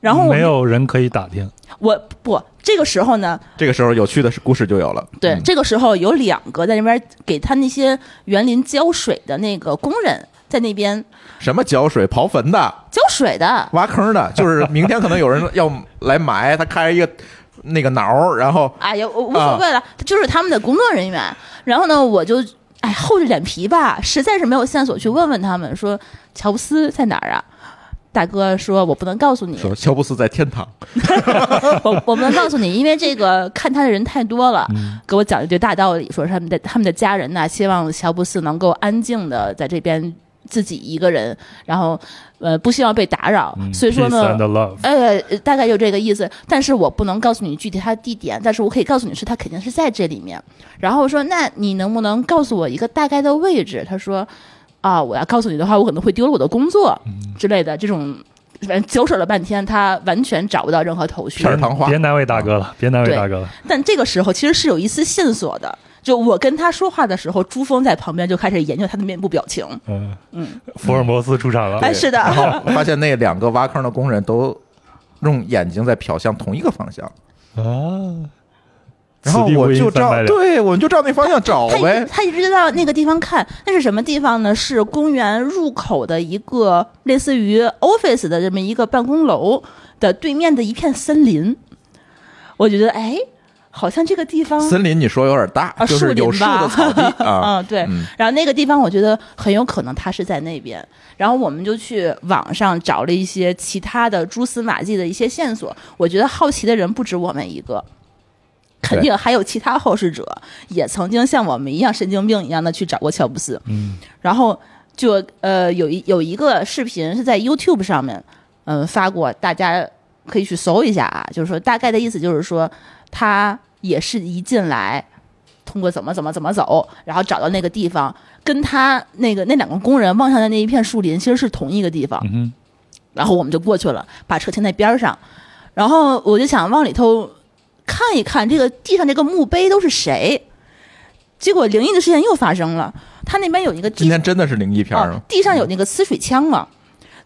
Speaker 4: 然后我
Speaker 2: 没
Speaker 4: 们
Speaker 2: 有人可以打听。
Speaker 4: 我不这个时候呢，
Speaker 3: 这个时候有趣的故事就有了。
Speaker 4: 对，
Speaker 3: 嗯
Speaker 4: 这个时候有两个在那边给他那些园林浇水的那个工人在那边
Speaker 3: 什么浇水、刨坟的、
Speaker 4: 浇水的，
Speaker 3: 挖坑的，就是明天可能有人要来埋，他开一个那个挠，然后
Speaker 4: 哎呀，我无所谓了，就是他们的工作人员。然后呢，我就哎，厚着脸皮吧，实在是没有线索去问问他们说乔布斯在哪儿啊？大哥说：“我不能告诉你，
Speaker 3: 说乔布斯在天堂，
Speaker 4: 我我不能告诉你，因为这个看他的人太多了。
Speaker 2: 嗯
Speaker 4: 给我讲一堆大道理，说是他们的他们的家人呐、希望乔布斯能够安静的在这边自己一个人，然后呃不希望被打扰，
Speaker 2: 嗯
Speaker 4: 所以说
Speaker 2: Peace and
Speaker 4: 呢。
Speaker 2: love，
Speaker 4: 呃，大概就这个意思，但是我不能告诉你具体他的地点，但是我可以告诉你是他肯定是在这里面。然后我说，那你能不能告诉我一个大概的位置？他说，啊，我要告诉你的话，我可能会丢了我的工作
Speaker 2: 嗯
Speaker 4: 之类的。这种，反正揪扯了半天，他完全找不到任何头绪
Speaker 3: 片。儿嗯糖化
Speaker 2: 别难为大哥了，别难为
Speaker 4: 对
Speaker 2: 大哥了。
Speaker 4: 但这个时候其实是有一丝线索的。就我跟他说话的时候，朱峰在旁边就开始研究他的面部表情。
Speaker 2: 嗯
Speaker 4: 嗯，
Speaker 2: 福尔摩斯出场了。
Speaker 4: 哎，是
Speaker 3: 啊然
Speaker 4: 的，
Speaker 3: 后发现那两个挖坑的工人都用眼睛在瞟向同一个方向，
Speaker 2: 啊，
Speaker 3: 然后我就照
Speaker 2: 对。
Speaker 3: 对，我们就照那方向找
Speaker 4: 他一
Speaker 3: 呗
Speaker 4: 直。他一直到那个地方看，那是什么地方呢？是公园入口的一个类似于 office 的这么一个办公楼的对面的一片森林。我觉得，哎，好像这个地方
Speaker 3: 森林你说有点大，
Speaker 4: 嗯啊，
Speaker 3: 就是有
Speaker 4: 树林
Speaker 3: 树的
Speaker 4: 吧，
Speaker 3: 草 地啊。
Speaker 4: 嗯，对。
Speaker 3: 嗯
Speaker 4: 然后那个地方，我觉得很有可能他是在那边。然后我们就去网上找了一些其他的蛛丝马迹的一些线索。我觉得好奇的人不止我们一个，肯定还有其他后世者也曾经像我们一样神经病一样的去找过乔布斯。
Speaker 2: 嗯，
Speaker 4: 然后就呃有一有一个视频是在 YouTube 上面嗯、发过，大家可以去搜一下啊。就是说大概的意思就是说，他也是一进来。通过怎么怎么怎么走，然后找到那个地方，跟他那个那两个工人望向的那一片树林，其实是同一个地方。
Speaker 2: 嗯
Speaker 4: 然后我们就过去了，把车停在边儿上，然后我就想往里头看一看这个地上这个墓碑都是谁。结果灵异的事件又发生了，他那边有一个地
Speaker 3: 今天真的是灵异片儿
Speaker 4: 哦
Speaker 3: 吗？
Speaker 4: 地上有那个呲水枪啊，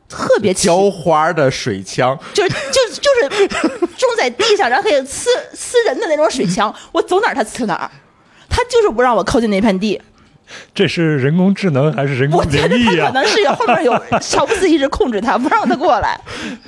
Speaker 4: 特别奇，
Speaker 3: 浇花的水枪，
Speaker 4: 就是就就是种在地上，然后可以呲呲人的那种水枪，我走哪儿它呲哪儿，它就是不让我靠近那片地。
Speaker 2: 这是人工智能还是人啊工
Speaker 4: 我觉
Speaker 2: 灵
Speaker 4: 得
Speaker 2: 异
Speaker 4: 它
Speaker 3: 啊
Speaker 2: 呀
Speaker 4: 可、能是有后面有 乔布斯一直控制他，不让他过来。
Speaker 3: 嗯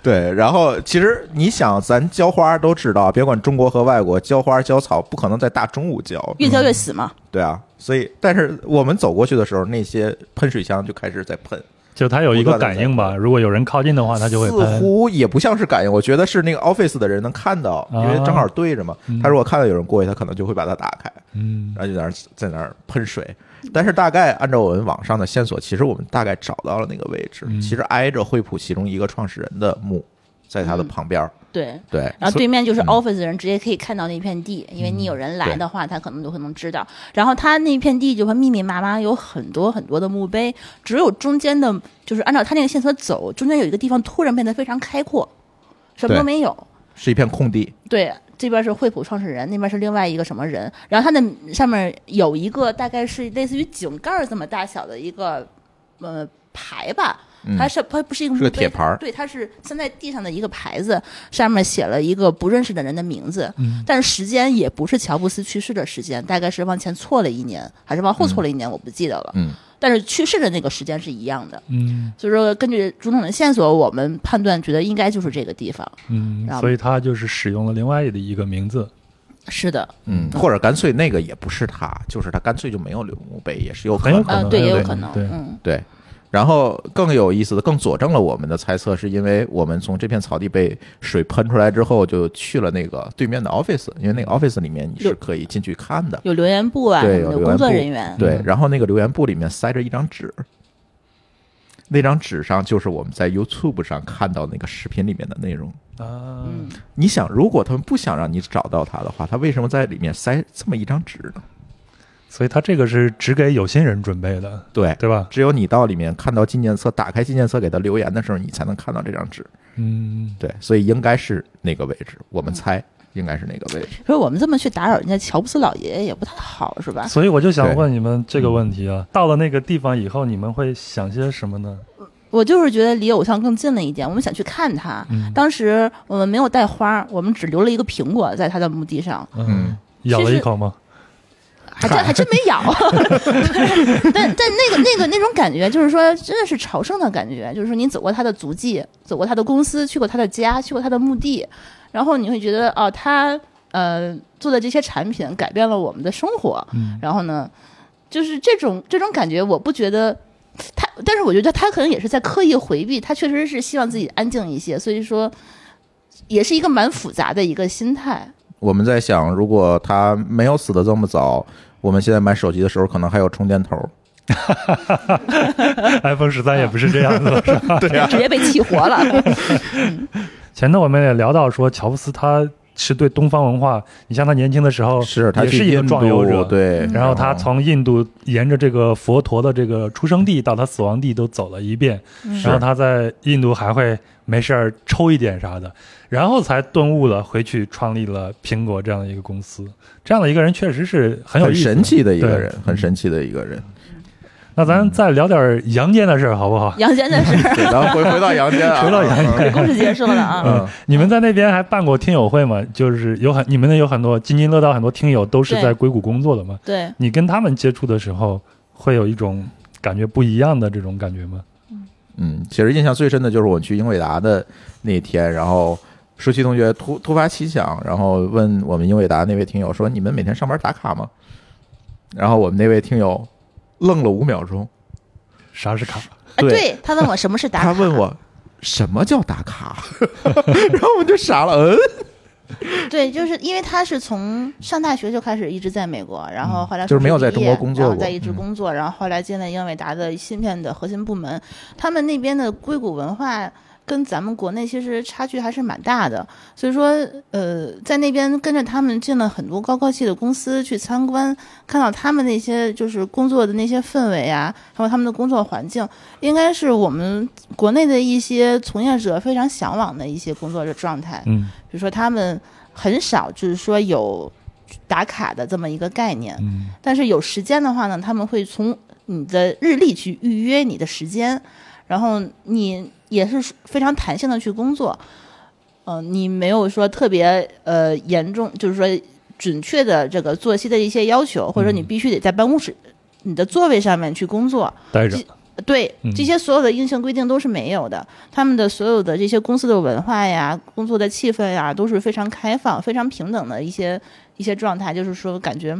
Speaker 3: 对，然后其实你想，咱浇花都知道，别管中国和外国，浇花浇草不可能在大中午浇，
Speaker 4: 越教越死嘛，
Speaker 3: 对啊，所以但是我们走过去的时候，那些喷水枪就开始在喷，
Speaker 2: 就它有一个感应吧，如果有人靠近的话，它就会
Speaker 3: 似
Speaker 2: 喷。
Speaker 3: 乎也不像是感应，我觉得是那个 office 的人能看到，因为正好对着嘛，他如果看到有人过去，他可能就会把它打开，
Speaker 2: 嗯，
Speaker 3: 然后就在那儿在那儿喷水。但是大概按照我们网上的线索，其实我们大概找到了那个位置，
Speaker 2: 嗯
Speaker 3: 其实挨着惠普其中一个创始人的墓，在他的旁边儿。
Speaker 4: 对。
Speaker 3: 对，
Speaker 4: 然后
Speaker 3: 所
Speaker 4: 对面就是
Speaker 3: 嗯
Speaker 4: office 的人，直接可以看到那片地，因为你有人来的话，他可能就会能知道。然后他那片地就会密密麻麻有很多很多的墓碑，只有中间的，就是按照他那个线索走，中间有一个地方突然变得非常开阔，什么
Speaker 3: 对
Speaker 4: 都没有。
Speaker 3: 是一片空地，嗯
Speaker 4: 对，这边是惠普创始人，那边是另外一个什么人。然后它的上面有一个大概是类似于井盖儿这么大小的一个呃牌吧，它是它不是一个
Speaker 3: 嗯是个
Speaker 4: 墓碑
Speaker 3: 铁牌儿
Speaker 4: 对，它是镶在地上的一个牌子，上面写了一个不认识的人的名字，但是时间也不是乔布斯去世的时间，大概是往前错了一年，还是往后错了一年，我不记得了。
Speaker 3: 嗯，
Speaker 4: 但是去世的那个时间是一样的，
Speaker 2: 嗯
Speaker 4: 所以说根据种种的线索，我们判断觉得应该就是这个地方。
Speaker 2: 嗯
Speaker 4: 然，后
Speaker 2: 所以它就是使用了另外的一个名字。
Speaker 4: 是的，
Speaker 3: 嗯，或者干脆那个也不是他，就是他干脆就没有留墓碑，也是有可
Speaker 2: 很有
Speaker 3: 能
Speaker 2: 可
Speaker 3: 的。
Speaker 4: 呃，
Speaker 2: 能
Speaker 4: 对，
Speaker 2: 还
Speaker 4: 也
Speaker 2: 有
Speaker 4: 有
Speaker 2: 可
Speaker 4: 可
Speaker 2: 能
Speaker 4: 能，
Speaker 2: 对
Speaker 4: 嗯。
Speaker 3: 对，然后更有意思的，更佐证了我们的猜测，是因为我们从这片草地被水喷出来之后，就去了那个对面的 office，因为那个 office 里面你是可以进去看的。
Speaker 4: 有留言部啊，
Speaker 3: 对
Speaker 4: 什么
Speaker 3: 有留言
Speaker 4: 工作
Speaker 3: 部
Speaker 4: 人员，
Speaker 3: 对
Speaker 2: 嗯，
Speaker 3: 然后那个留言簿里面塞着一张纸，那张纸上就是我们在 YouTube 上看到那个视频里面的内容。
Speaker 2: 啊，
Speaker 4: 嗯，
Speaker 3: 你想，如果他们不想让你找到他的话，他为什么在里面塞这么一张纸呢？
Speaker 2: 所以它这个是只给有心人准备的，
Speaker 3: 对，
Speaker 2: 对吧？
Speaker 3: 只有你到里面看到纪念册，打开纪念册给他留言的时候，你才能看到这张纸。
Speaker 2: 嗯，
Speaker 3: 对，所以应该是那个位置，我们猜应该是那个位置。
Speaker 4: 可是我们这么去打扰人家乔布斯老爷爷也不太好，是吧？
Speaker 2: 所以我就想问你们
Speaker 3: 嗯
Speaker 2: 这个问题啊，到了那个地方以后，你们会想些什么呢？
Speaker 4: 我就是觉得离偶像更近了一点，我们想去看他。
Speaker 2: 嗯
Speaker 4: 当时我们没有带花，我们只留了一个苹果在他的墓地上，
Speaker 2: 嗯，咬了一口吗？
Speaker 4: 还真还真没 咬。但但那个那个那种感觉，就是说真的是朝圣的感觉，就是说你走过他的足迹，走过他的公司，去过他的家，去过他的墓地，然后你会觉得哦，他呃做的这些产品改变了我们的生活，
Speaker 2: 嗯
Speaker 4: 然后呢，就是这种这种感觉，我不觉得他，但是我觉得他可能也是在刻意回避，他确实是希望自己安静一些，所以说也是一个蛮复杂的一个心态。
Speaker 3: 我们在想，如果他没有死的这么早，我们现在买手机的时候可能还有充电头。
Speaker 2: iPhone 十
Speaker 4: 啊
Speaker 2: 三也不是这样 的。是吧
Speaker 4: 直接被气活 了。
Speaker 2: 前头我们也聊到说，乔布斯他是对东方文化，你像他年轻的时候
Speaker 3: 是，他
Speaker 2: 哦也
Speaker 3: 去
Speaker 2: 是一个
Speaker 3: 印
Speaker 2: 壮游
Speaker 3: 度
Speaker 2: 者，嗯
Speaker 3: 对，
Speaker 2: 然后他从印度沿着这个佛陀的这个出生地到他死亡地都走了一遍，然后他在印度还会没事儿抽一点啥的，然后才顿悟了，回去创立了苹果这样的一个公司。这样的一个人确实是很有
Speaker 3: 很
Speaker 2: 意思
Speaker 3: 神奇的一个
Speaker 2: 对嗯
Speaker 3: 人，很神奇的一个人。
Speaker 2: 那咱再聊点阳间的事儿好不好？
Speaker 4: 杨坚的是
Speaker 3: 对，然后回回到杨坚 啊，
Speaker 2: 回到杨
Speaker 3: 坚，
Speaker 4: 故事结束了啊。
Speaker 2: 嗯，你们在那边还办过听友会吗？就是有很你们那有很多津津乐道，很多听友都是
Speaker 4: 对
Speaker 2: 在硅谷工作的嘛。
Speaker 4: 对，
Speaker 2: 你跟他们接触的时候，会有一种感觉不一样的这种感觉吗？
Speaker 3: 嗯，其实印象最深的就是我去英伟达的那天，然后舒淇同学突突发奇想，然后问我们英伟达那位听友说：“你们每天上班打卡吗？”然后我们那位听友愣了五秒钟，
Speaker 2: 啥是卡？
Speaker 4: 哎
Speaker 3: 对
Speaker 4: 对他问我什么是打
Speaker 3: 他
Speaker 4: 卡，
Speaker 3: 问我什么叫打卡， 然后我就傻了，嗯，
Speaker 4: 对，就是因为他是从上大学就开始一直在美国，然后后来
Speaker 3: 嗯就是没有
Speaker 4: 硕士
Speaker 3: 在中
Speaker 4: 毕业
Speaker 3: 国工作
Speaker 4: 然后
Speaker 3: 过
Speaker 4: 在一直
Speaker 3: 嗯
Speaker 4: 工作，然后后来进了英伟达的芯片的核心部门。他们那边的硅谷文化跟咱们国内其实差距还是蛮大的，所以说呃，在那边跟着他们进了很多高科技的公司去参观，看到他们那些就是工作的那些氛围啊，还有他们的工作环境，应该是我们国内的一些从业者非常向往的一些工作的状态。
Speaker 2: 嗯
Speaker 4: 比如说他们很少就是说有打卡的这么一个概念，
Speaker 2: 嗯
Speaker 4: 但是有时间的话呢，他们会从你的日历去预约你的时间，然后你也是非常弹性的去工作，嗯、你没有说特别呃严重，就是说准确的这个作息的一些要求，或者说你
Speaker 2: 嗯
Speaker 4: 必须得在办公室你的座位上面去工作，
Speaker 2: 待着
Speaker 4: 这。对
Speaker 2: 嗯，
Speaker 4: 这些所有的硬性规定都是没有的。他们的所有的这些公司的文化呀、工作的气氛呀，都是非常开放、非常平等的一些一些状态，就是说感觉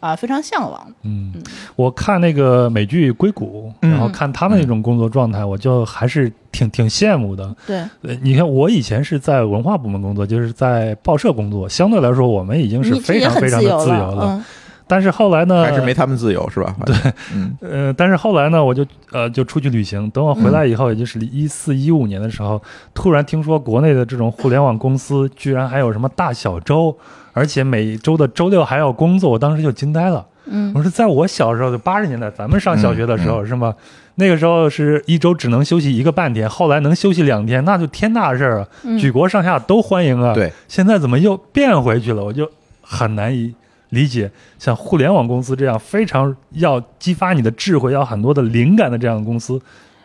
Speaker 4: 啊、非常向往。
Speaker 2: 嗯，我看那个美剧《硅谷》，
Speaker 3: 嗯
Speaker 2: 然后看他们那种工作状
Speaker 4: 嗯
Speaker 2: 态，我就还是挺挺羡慕的。
Speaker 4: 对，
Speaker 2: 呃，你看我以前是在文化部门工作，就是在报社工作，相对来说我们已经是
Speaker 4: 你这
Speaker 2: 非
Speaker 4: 也
Speaker 2: 常
Speaker 4: 很
Speaker 2: 非常
Speaker 4: 自
Speaker 2: 的
Speaker 4: 由嗯
Speaker 2: 自由了。但是后来呢，
Speaker 3: 还是没他们自由是吧？对，嗯，
Speaker 2: 呃，但是后来呢，我就呃就出去旅行。等我回
Speaker 4: 嗯
Speaker 2: 来以后，也就是一四一五年的时候，突然听说国内的这种互联网公司居然还有什么大小周，而且每周的周六还要工作，我当时就惊呆了。
Speaker 4: 嗯
Speaker 2: 我说，在我小时候，就八十年代，咱们上小学的时候、是吗？那个时候是一周只能休息一个半天，后来能休息两天，那就天大的事儿啊！
Speaker 4: 嗯
Speaker 2: 举国上下都欢迎啊。
Speaker 3: 对，
Speaker 2: 现在怎么又变回去了？我就很难以理解，像互联网公司这样非常要激发你的智慧、要很多的灵感的这样的公司，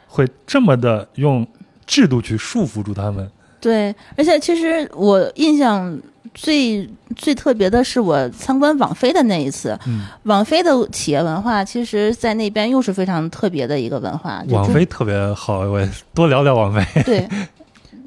Speaker 2: 会这么的用制度去束缚住他们。
Speaker 4: 对，而且其实我印象最最特别的是我参观网飞的那一次，
Speaker 2: 嗯
Speaker 4: 网飞的企业文化，其实在那边又是非常特别的一个文化。就
Speaker 2: 网
Speaker 4: 中
Speaker 2: 飞特别好，我也多聊聊网飞。
Speaker 4: 对，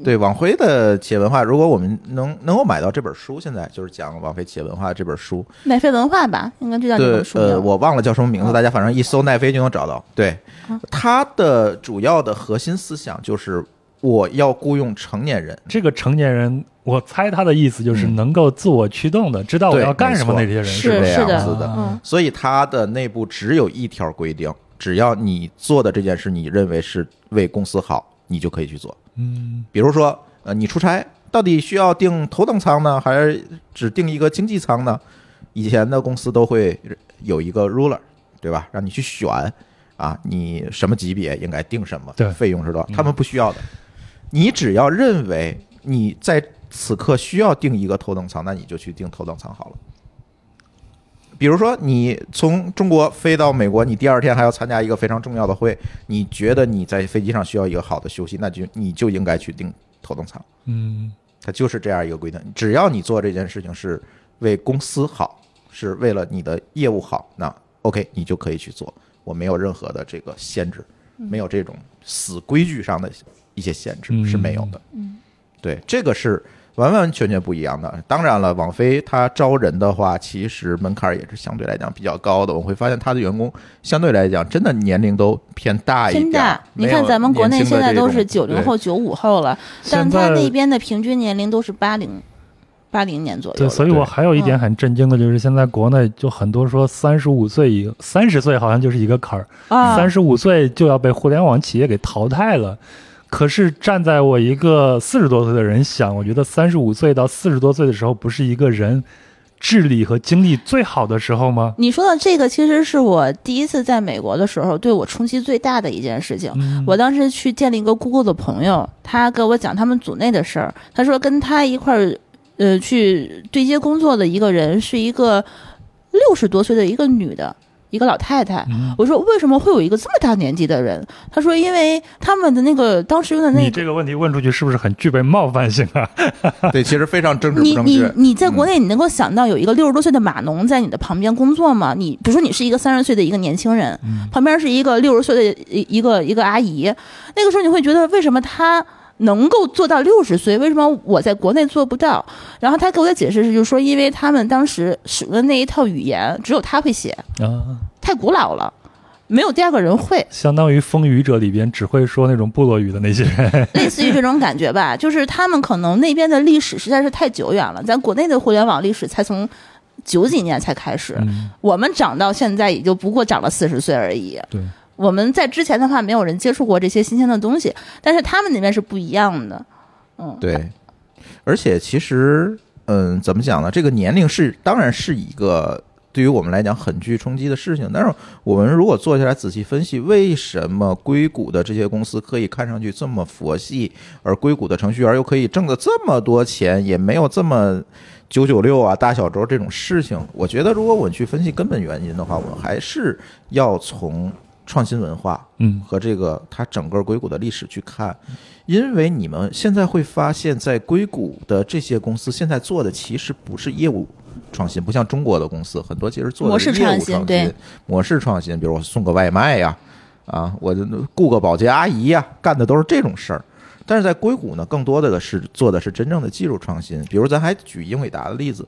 Speaker 3: 对网飞的企业文化，如果我们能能够买到这本书，现在就是讲网飞企业文化这本书，
Speaker 4: 奈飞文化吧，应该就叫这
Speaker 3: 对
Speaker 4: 本，书名
Speaker 3: 呃，我忘了叫什么名字，
Speaker 4: 嗯
Speaker 3: 大家反正一搜奈飞就能找到。对
Speaker 4: 嗯，
Speaker 3: 它的主要的核心思想就是我要雇佣成年人，
Speaker 2: 这个成年人，我猜他的意思就是
Speaker 3: 嗯
Speaker 2: 能够自我驱动的，知道我
Speaker 3: 对
Speaker 2: 要干什么
Speaker 3: 没
Speaker 2: 那
Speaker 3: 错
Speaker 2: 些人
Speaker 4: 是
Speaker 2: 吧
Speaker 3: 这样
Speaker 4: 的
Speaker 3: 子的。
Speaker 2: 啊
Speaker 4: 嗯
Speaker 3: 所以它的内部只有一条规定：只要你做的这件事，你认为是为公司好，你就可以去做。
Speaker 2: 嗯
Speaker 3: 比如说，呃，你出差到底需要订头等舱呢，还是只订一个经济舱呢？以前的公司都会有一个 ruler，对吧？让你去选啊，你什么级别应该定什么，
Speaker 2: 对
Speaker 3: 费用是多少？
Speaker 2: 嗯
Speaker 3: 他们不需要的，你只要认为你在此刻需要订一个头等舱，那你就去订头等舱好了。比如说，你从中国飞到美国，你第二天还要参加一个非常重要的会，你觉得你在飞机上需要一个好的休息，那就你就应该去订头等舱。
Speaker 2: 嗯，
Speaker 3: 它就是这样一个规定，只要你做这件事情是为公司好，是为了你的业务好，那 OK，你就可以去做。我没有任何的这个限制，
Speaker 4: 嗯
Speaker 3: 没有这种死规矩上的一些限制
Speaker 2: 嗯
Speaker 3: 是没有的。对，这个是完完全全不一样的。当然了，网飞它招人的话，其实门槛也是相对来讲比较高的。我会发现它的员工相对来讲真的年龄都偏大一点。
Speaker 4: 真的，你看咱们国内现在都是九零后、九五后了，但他那边的平均年龄都是八零。八零年左右，
Speaker 2: 对，所以我还有一点很震惊的就是，现在国内就很多说三十五岁以三十岁好像就是一个坎儿，
Speaker 4: 啊，
Speaker 2: 三十五岁就要被互联网企业给淘汰了。可是站在我一个四十多岁的人想，我觉得三十五岁到四十多岁的时候，不是一个人智力和精力最好的时候吗？
Speaker 4: 你说的这个其实是我第一次在美国的时候对我冲击最大的一件事情。
Speaker 2: 嗯
Speaker 4: 我当时去见了一个 Google 的朋友，他跟我讲他们组内的事儿。他说跟他一块儿，呃，去对接工作的一个人是一个六十多岁的一个女的，一个老太太。
Speaker 2: 嗯
Speaker 4: 我说为什么会有一个这么大年纪的人？他说因为他们的那个当时用的那
Speaker 2: 你
Speaker 4: 个
Speaker 2: 这个问题问出去是不是很具备冒犯性啊？
Speaker 3: 对，其实非常政治不
Speaker 4: 你
Speaker 3: 正
Speaker 4: 你
Speaker 3: 确。嗯
Speaker 4: 你在国内，你能够想到有一个六十多岁的码农在你的旁边工作吗？你比如说，你是一个三十岁的一个年轻人，
Speaker 3: 嗯
Speaker 4: 旁边是一个六十岁的一一个一个阿姨，那个时候你会觉得为什么她能够做到六十岁，为什么我在国内做不到？然后他给我的解释是，就是说，因为他们当时使用的那一套语言，只有他会写，
Speaker 2: 啊，
Speaker 4: 太古老了，没有第二个人会。
Speaker 2: 相当于《风雨者》里边只会说那种部落语的那些人，
Speaker 4: 类似于这种感觉吧，就是他们可能那边的历史实在是太久远了，咱国内的互联网历史才从九几年才开始，
Speaker 2: 嗯，
Speaker 4: 我们长到现在也就不过长了四十岁而已。
Speaker 2: 对，
Speaker 4: 我们在之前的话，没有人接触过这些新鲜的东西，但是他们那边是不一样的。嗯，
Speaker 3: 对，而且其实，嗯，怎么讲呢？这个年龄是当然是一个对于我们来讲很具冲击的事情，但是我们如果坐下来仔细分析，为什么硅谷的这些公司可以看上去这么佛系，而硅谷的程序员又可以挣的这么多钱，也没有这么。九九六啊，大小周这种事情，我觉得如果我们去分析根本原因的话，我们还是要从创新文化
Speaker 2: 嗯，
Speaker 3: 和这个它整个硅谷的历史去看，因为你们现在会发现，在硅谷的这些公司现在做的其实不是业务创新，不像中国的公司很多其实做的
Speaker 4: 模
Speaker 3: 是
Speaker 4: 式
Speaker 3: 业务创
Speaker 4: 创新对
Speaker 3: 模式创新，比如我送个外卖呀、啊，我就雇个保洁阿姨呀、干的都是这种事儿。但是在硅谷呢，更多的是做的是真正的技术创新，比如咱还举英伟达的例子，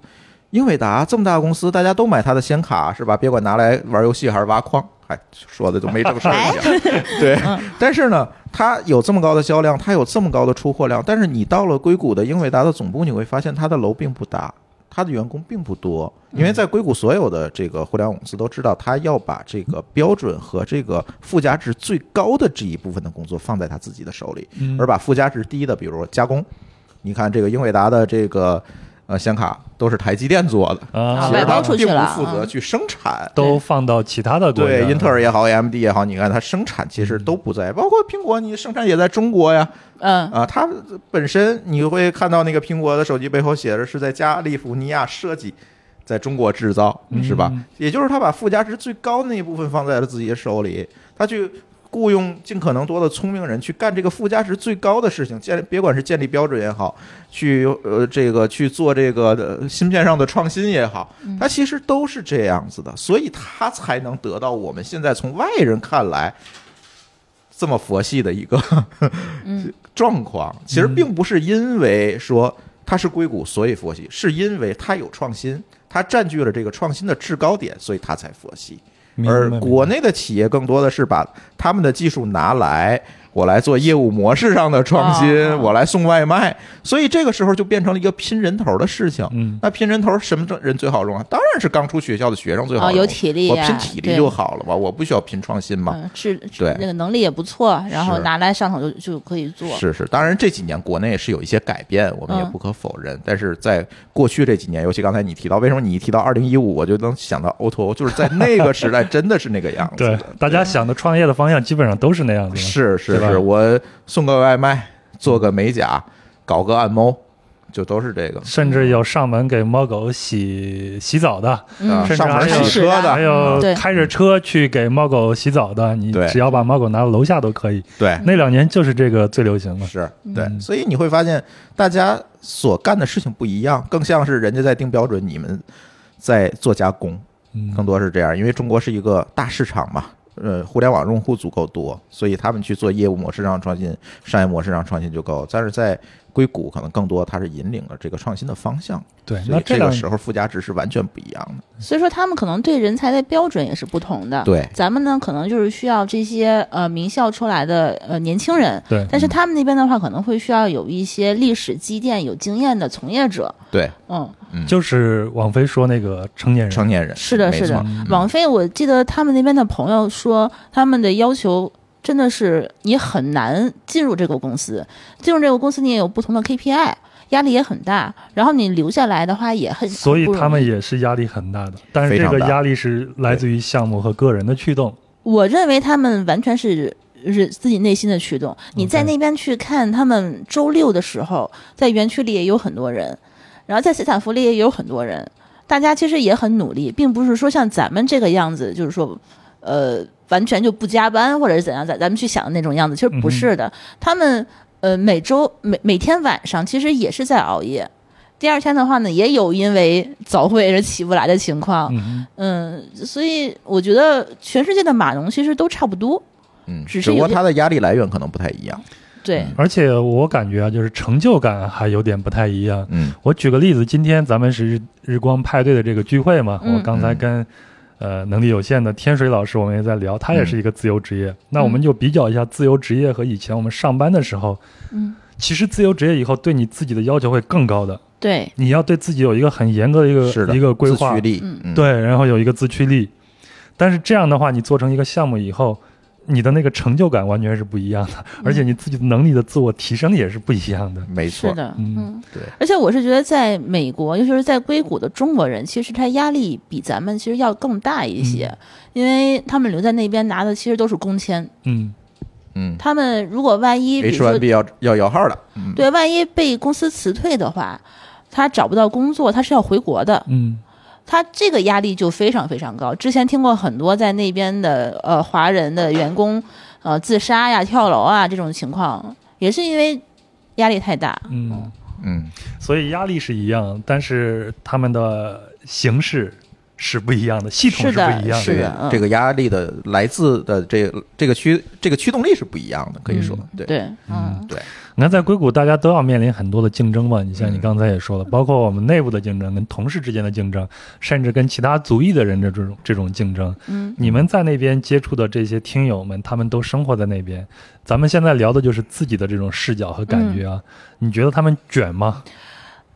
Speaker 3: 英伟达这么大公司，大家都买它的显卡是吧？别管拿来玩游戏还是挖矿，哎，说的都没正事儿一样。 对，但是呢，它有这么高的销量，它有这么高的出货量，但是你到了硅谷的英伟达的总部，你会发现它的楼并不大。它的员工并不多，因为在硅谷所有的这个互联网公司都知道，它要把这个标准和这个附加值最高的这一部分的工作放在他自己的手里，而把附加值低的，比如说加工，你看这个英伟达的这个呃显卡都是台积电做的，
Speaker 2: 啊
Speaker 3: 其实
Speaker 4: 外
Speaker 3: 它
Speaker 4: 包出去
Speaker 3: 并不
Speaker 4: 了
Speaker 3: 负责
Speaker 4: 嗯
Speaker 3: 去生产。
Speaker 2: 都放到其他的国家，
Speaker 3: 对，英特尔也好，AMD 也好，你看它生产其实都不在，包括苹果，你生产也在中国呀，
Speaker 4: 嗯，
Speaker 3: 啊，它本身你会看到那个苹果的手机背后写着是在加利福尼亚设计，在中国制造，是吧？
Speaker 2: 嗯
Speaker 3: 也就是它把附加值最高那一部分放在了自己的手里，它去雇佣尽可能多的聪明人去干这个附加值最高的事情，建别管是建立标准也好，去呃这个去做这个、呃、芯片上的创新也好，它其实都是这样子的，所以它才能得到我们现在从外人看来这么佛系的一个
Speaker 4: 嗯
Speaker 3: 状况。其实并不是因为说它是硅谷所以佛系，是因为它有创新，它占据了这个创新的制高点，所以它才佛系。
Speaker 2: 明白
Speaker 3: 而
Speaker 2: 明白
Speaker 3: 国内的企业更多的是把他们的技术拿来，我来做业务模式上的创新，
Speaker 4: 啊
Speaker 3: 我来送外卖，所以这个时候就变成了一个拼人头的事情。
Speaker 2: 嗯
Speaker 3: 那拼人头什么人最好用啊？当然是刚出学校的学生最好
Speaker 4: 啊，
Speaker 3: 用，
Speaker 4: 有体力
Speaker 3: 我
Speaker 4: 呀，
Speaker 3: 拼体力
Speaker 4: 对
Speaker 3: 就好了嘛，我不需要拼创新嘛。
Speaker 4: 嗯，是是
Speaker 3: 对
Speaker 4: 那个能力也不错，然后
Speaker 3: 是
Speaker 4: 拿来上头就就可以做。
Speaker 3: 是是，当然这几年国内是有一些改变，我们也
Speaker 4: 嗯
Speaker 3: 不可否认。但是在过去这几年，尤其刚才你提到，为什么你一提到二零一五，我就能想到 O to O，就是在那个时 代真的是那个样子
Speaker 2: 对
Speaker 3: 的。，
Speaker 2: 大家想的创业的方向基本上都是那样子的。
Speaker 3: 是是
Speaker 2: 对吧
Speaker 3: 是，我送个外卖，做个美甲，搞个按摩，就都是这个。
Speaker 2: 甚至有上门给猫狗洗洗澡的，
Speaker 4: 嗯
Speaker 3: 啊，
Speaker 2: 甚至
Speaker 3: 上门
Speaker 2: 还有
Speaker 3: 洗车
Speaker 4: 啊
Speaker 2: 还
Speaker 3: 的，
Speaker 2: 有
Speaker 4: 对
Speaker 2: 开着车去给猫狗洗澡的，你
Speaker 3: 对
Speaker 2: 只要把猫狗拿到楼下都可以。
Speaker 3: 对，
Speaker 2: 那两年就是这个最流行了。
Speaker 3: 是
Speaker 2: 嗯
Speaker 3: 对，所以你会发现大家所干的事情不一样，更像是人家在定标准，你们在做加工，
Speaker 2: 嗯
Speaker 3: 更多是这样。因为中国是一个大市场嘛，呃，互联网用户足够多，所以他们去做业务模式上的创新、商业模式上的创新就够。但是在硅谷可能更多它是引领了这个创新的方向，
Speaker 2: 对，
Speaker 3: 所
Speaker 2: 那
Speaker 3: 以这
Speaker 2: 样
Speaker 3: 个时候附加值是完全不一样的。
Speaker 4: 所以说他们可能对人才的标准也是不同的。
Speaker 3: 对
Speaker 4: 咱们呢可能就是需要这些呃名校出来的呃年轻人，
Speaker 2: 对
Speaker 4: 但是
Speaker 3: 嗯
Speaker 4: 他们那边的话可能会需要有一些历史积淀、有经验的从业者。
Speaker 3: 对，
Speaker 4: 嗯，
Speaker 2: 就是王菲说那个成年人，
Speaker 3: 成年人
Speaker 4: 是的
Speaker 3: 没
Speaker 4: 是的
Speaker 3: 错
Speaker 2: 嗯
Speaker 4: 网飞，我记得他们那边的朋友说，他们的要求真的是你很难进入这个公司，进入这个公司你也有不同的 KPI，压力也很大，然后你留下来的话也很，
Speaker 2: 所以
Speaker 4: 很不容易
Speaker 2: 他们也是压力很大的，但是
Speaker 3: 非
Speaker 2: 这
Speaker 3: 常
Speaker 2: 个
Speaker 3: 大
Speaker 2: 压力是来自于项目和个人的驱动。
Speaker 4: 我认为他们完全是是自己内心的驱动。你在那边去看他们周六的时候，在园区里也有很多人，然后在斯坦福里也有很多人，大家其实也很努力，并不是说像咱们这个样子，就是说，呃，完全就不加班或者是怎样，咱咱们去想的那种样子，其实不是的。他们呃每周每每天晚上其实也是在熬夜。第二天的话呢，也有因为早会而起不来的情况，
Speaker 2: 嗯，
Speaker 4: 嗯，所以我觉得全世界的码农其实都差不多，
Speaker 3: 嗯，
Speaker 4: 只是
Speaker 3: 只不
Speaker 4: 有
Speaker 3: 过
Speaker 4: 些
Speaker 3: 它的压力来源可能不太一样。
Speaker 4: 对，
Speaker 3: 嗯
Speaker 2: 而且我感觉啊，就是成就感还有点不太一样。
Speaker 3: 嗯
Speaker 2: 我举个例子，今天咱们是日日光派对的这个聚会嘛，
Speaker 4: 嗯
Speaker 2: 我刚才跟、呃能力有限的天水老师我们也在聊，
Speaker 3: 嗯
Speaker 2: 他也是一个自由职
Speaker 4: 嗯
Speaker 2: 业。那我们就比较一下自由职业和以前我们上班的时候，
Speaker 4: 嗯，
Speaker 2: 其实自由职业以后对你自己的要求会更高的，
Speaker 4: 对，
Speaker 2: 你要对自己有一个很严格的一
Speaker 3: 是
Speaker 2: 个
Speaker 3: 的，
Speaker 2: 一个规划
Speaker 3: 自驱，力，
Speaker 4: 嗯
Speaker 3: 嗯，
Speaker 2: 对，然后有一个自驱力。但是这样的话，你做成一个项目以后，你的那个成就感完全是不一样的，
Speaker 4: 嗯
Speaker 2: 而且你自己的能力的自我提升也是不一样的。
Speaker 3: 没
Speaker 4: 是
Speaker 3: 错，
Speaker 4: 的，
Speaker 2: 嗯
Speaker 4: 嗯，
Speaker 3: 对
Speaker 4: 而且我是觉得，在美国，尤其是在硅谷的中国人，其实他压力比咱们其实要更大一些，
Speaker 3: 嗯
Speaker 4: 因为他们留在那边拿的其实都是工签，
Speaker 2: 嗯，
Speaker 3: 嗯
Speaker 4: 他们如果万一比如
Speaker 3: ，H
Speaker 4: 说
Speaker 3: 1 B 要要摇号了，嗯，
Speaker 4: 对，万一被公司辞退的话，他找不到工作，他是要回国的，
Speaker 2: 嗯，
Speaker 4: 他这个压力就非常非常高。之前听过很多在那边的呃华人的员工呃自杀呀、跳楼啊这种情况，也是因为压力太大。
Speaker 2: 嗯，
Speaker 3: 嗯，
Speaker 2: 所以压力是一样，但是他们的形式是不一样的，系统
Speaker 4: 是的
Speaker 2: 不一样
Speaker 4: 是
Speaker 3: 这
Speaker 4: 的
Speaker 3: 个
Speaker 4: 嗯
Speaker 3: 这个压力的来自的这这个驱这个驱动力是不一样的，可以说，对
Speaker 4: 对，嗯，
Speaker 3: 对，
Speaker 2: 你看，在硅谷，大家都要面临很多的竞争嘛。你像你
Speaker 3: 嗯
Speaker 2: 刚才也说了，包括我们内部的竞争、跟同事之间的竞争，甚至跟其他族裔的人的这种这种竞争。
Speaker 4: 嗯，
Speaker 2: 你们在那边接触的这些听友们，他们都生活在那边。咱们现在聊的就是自己的这种视角和感觉啊。
Speaker 4: 嗯
Speaker 2: 你觉得他们卷吗？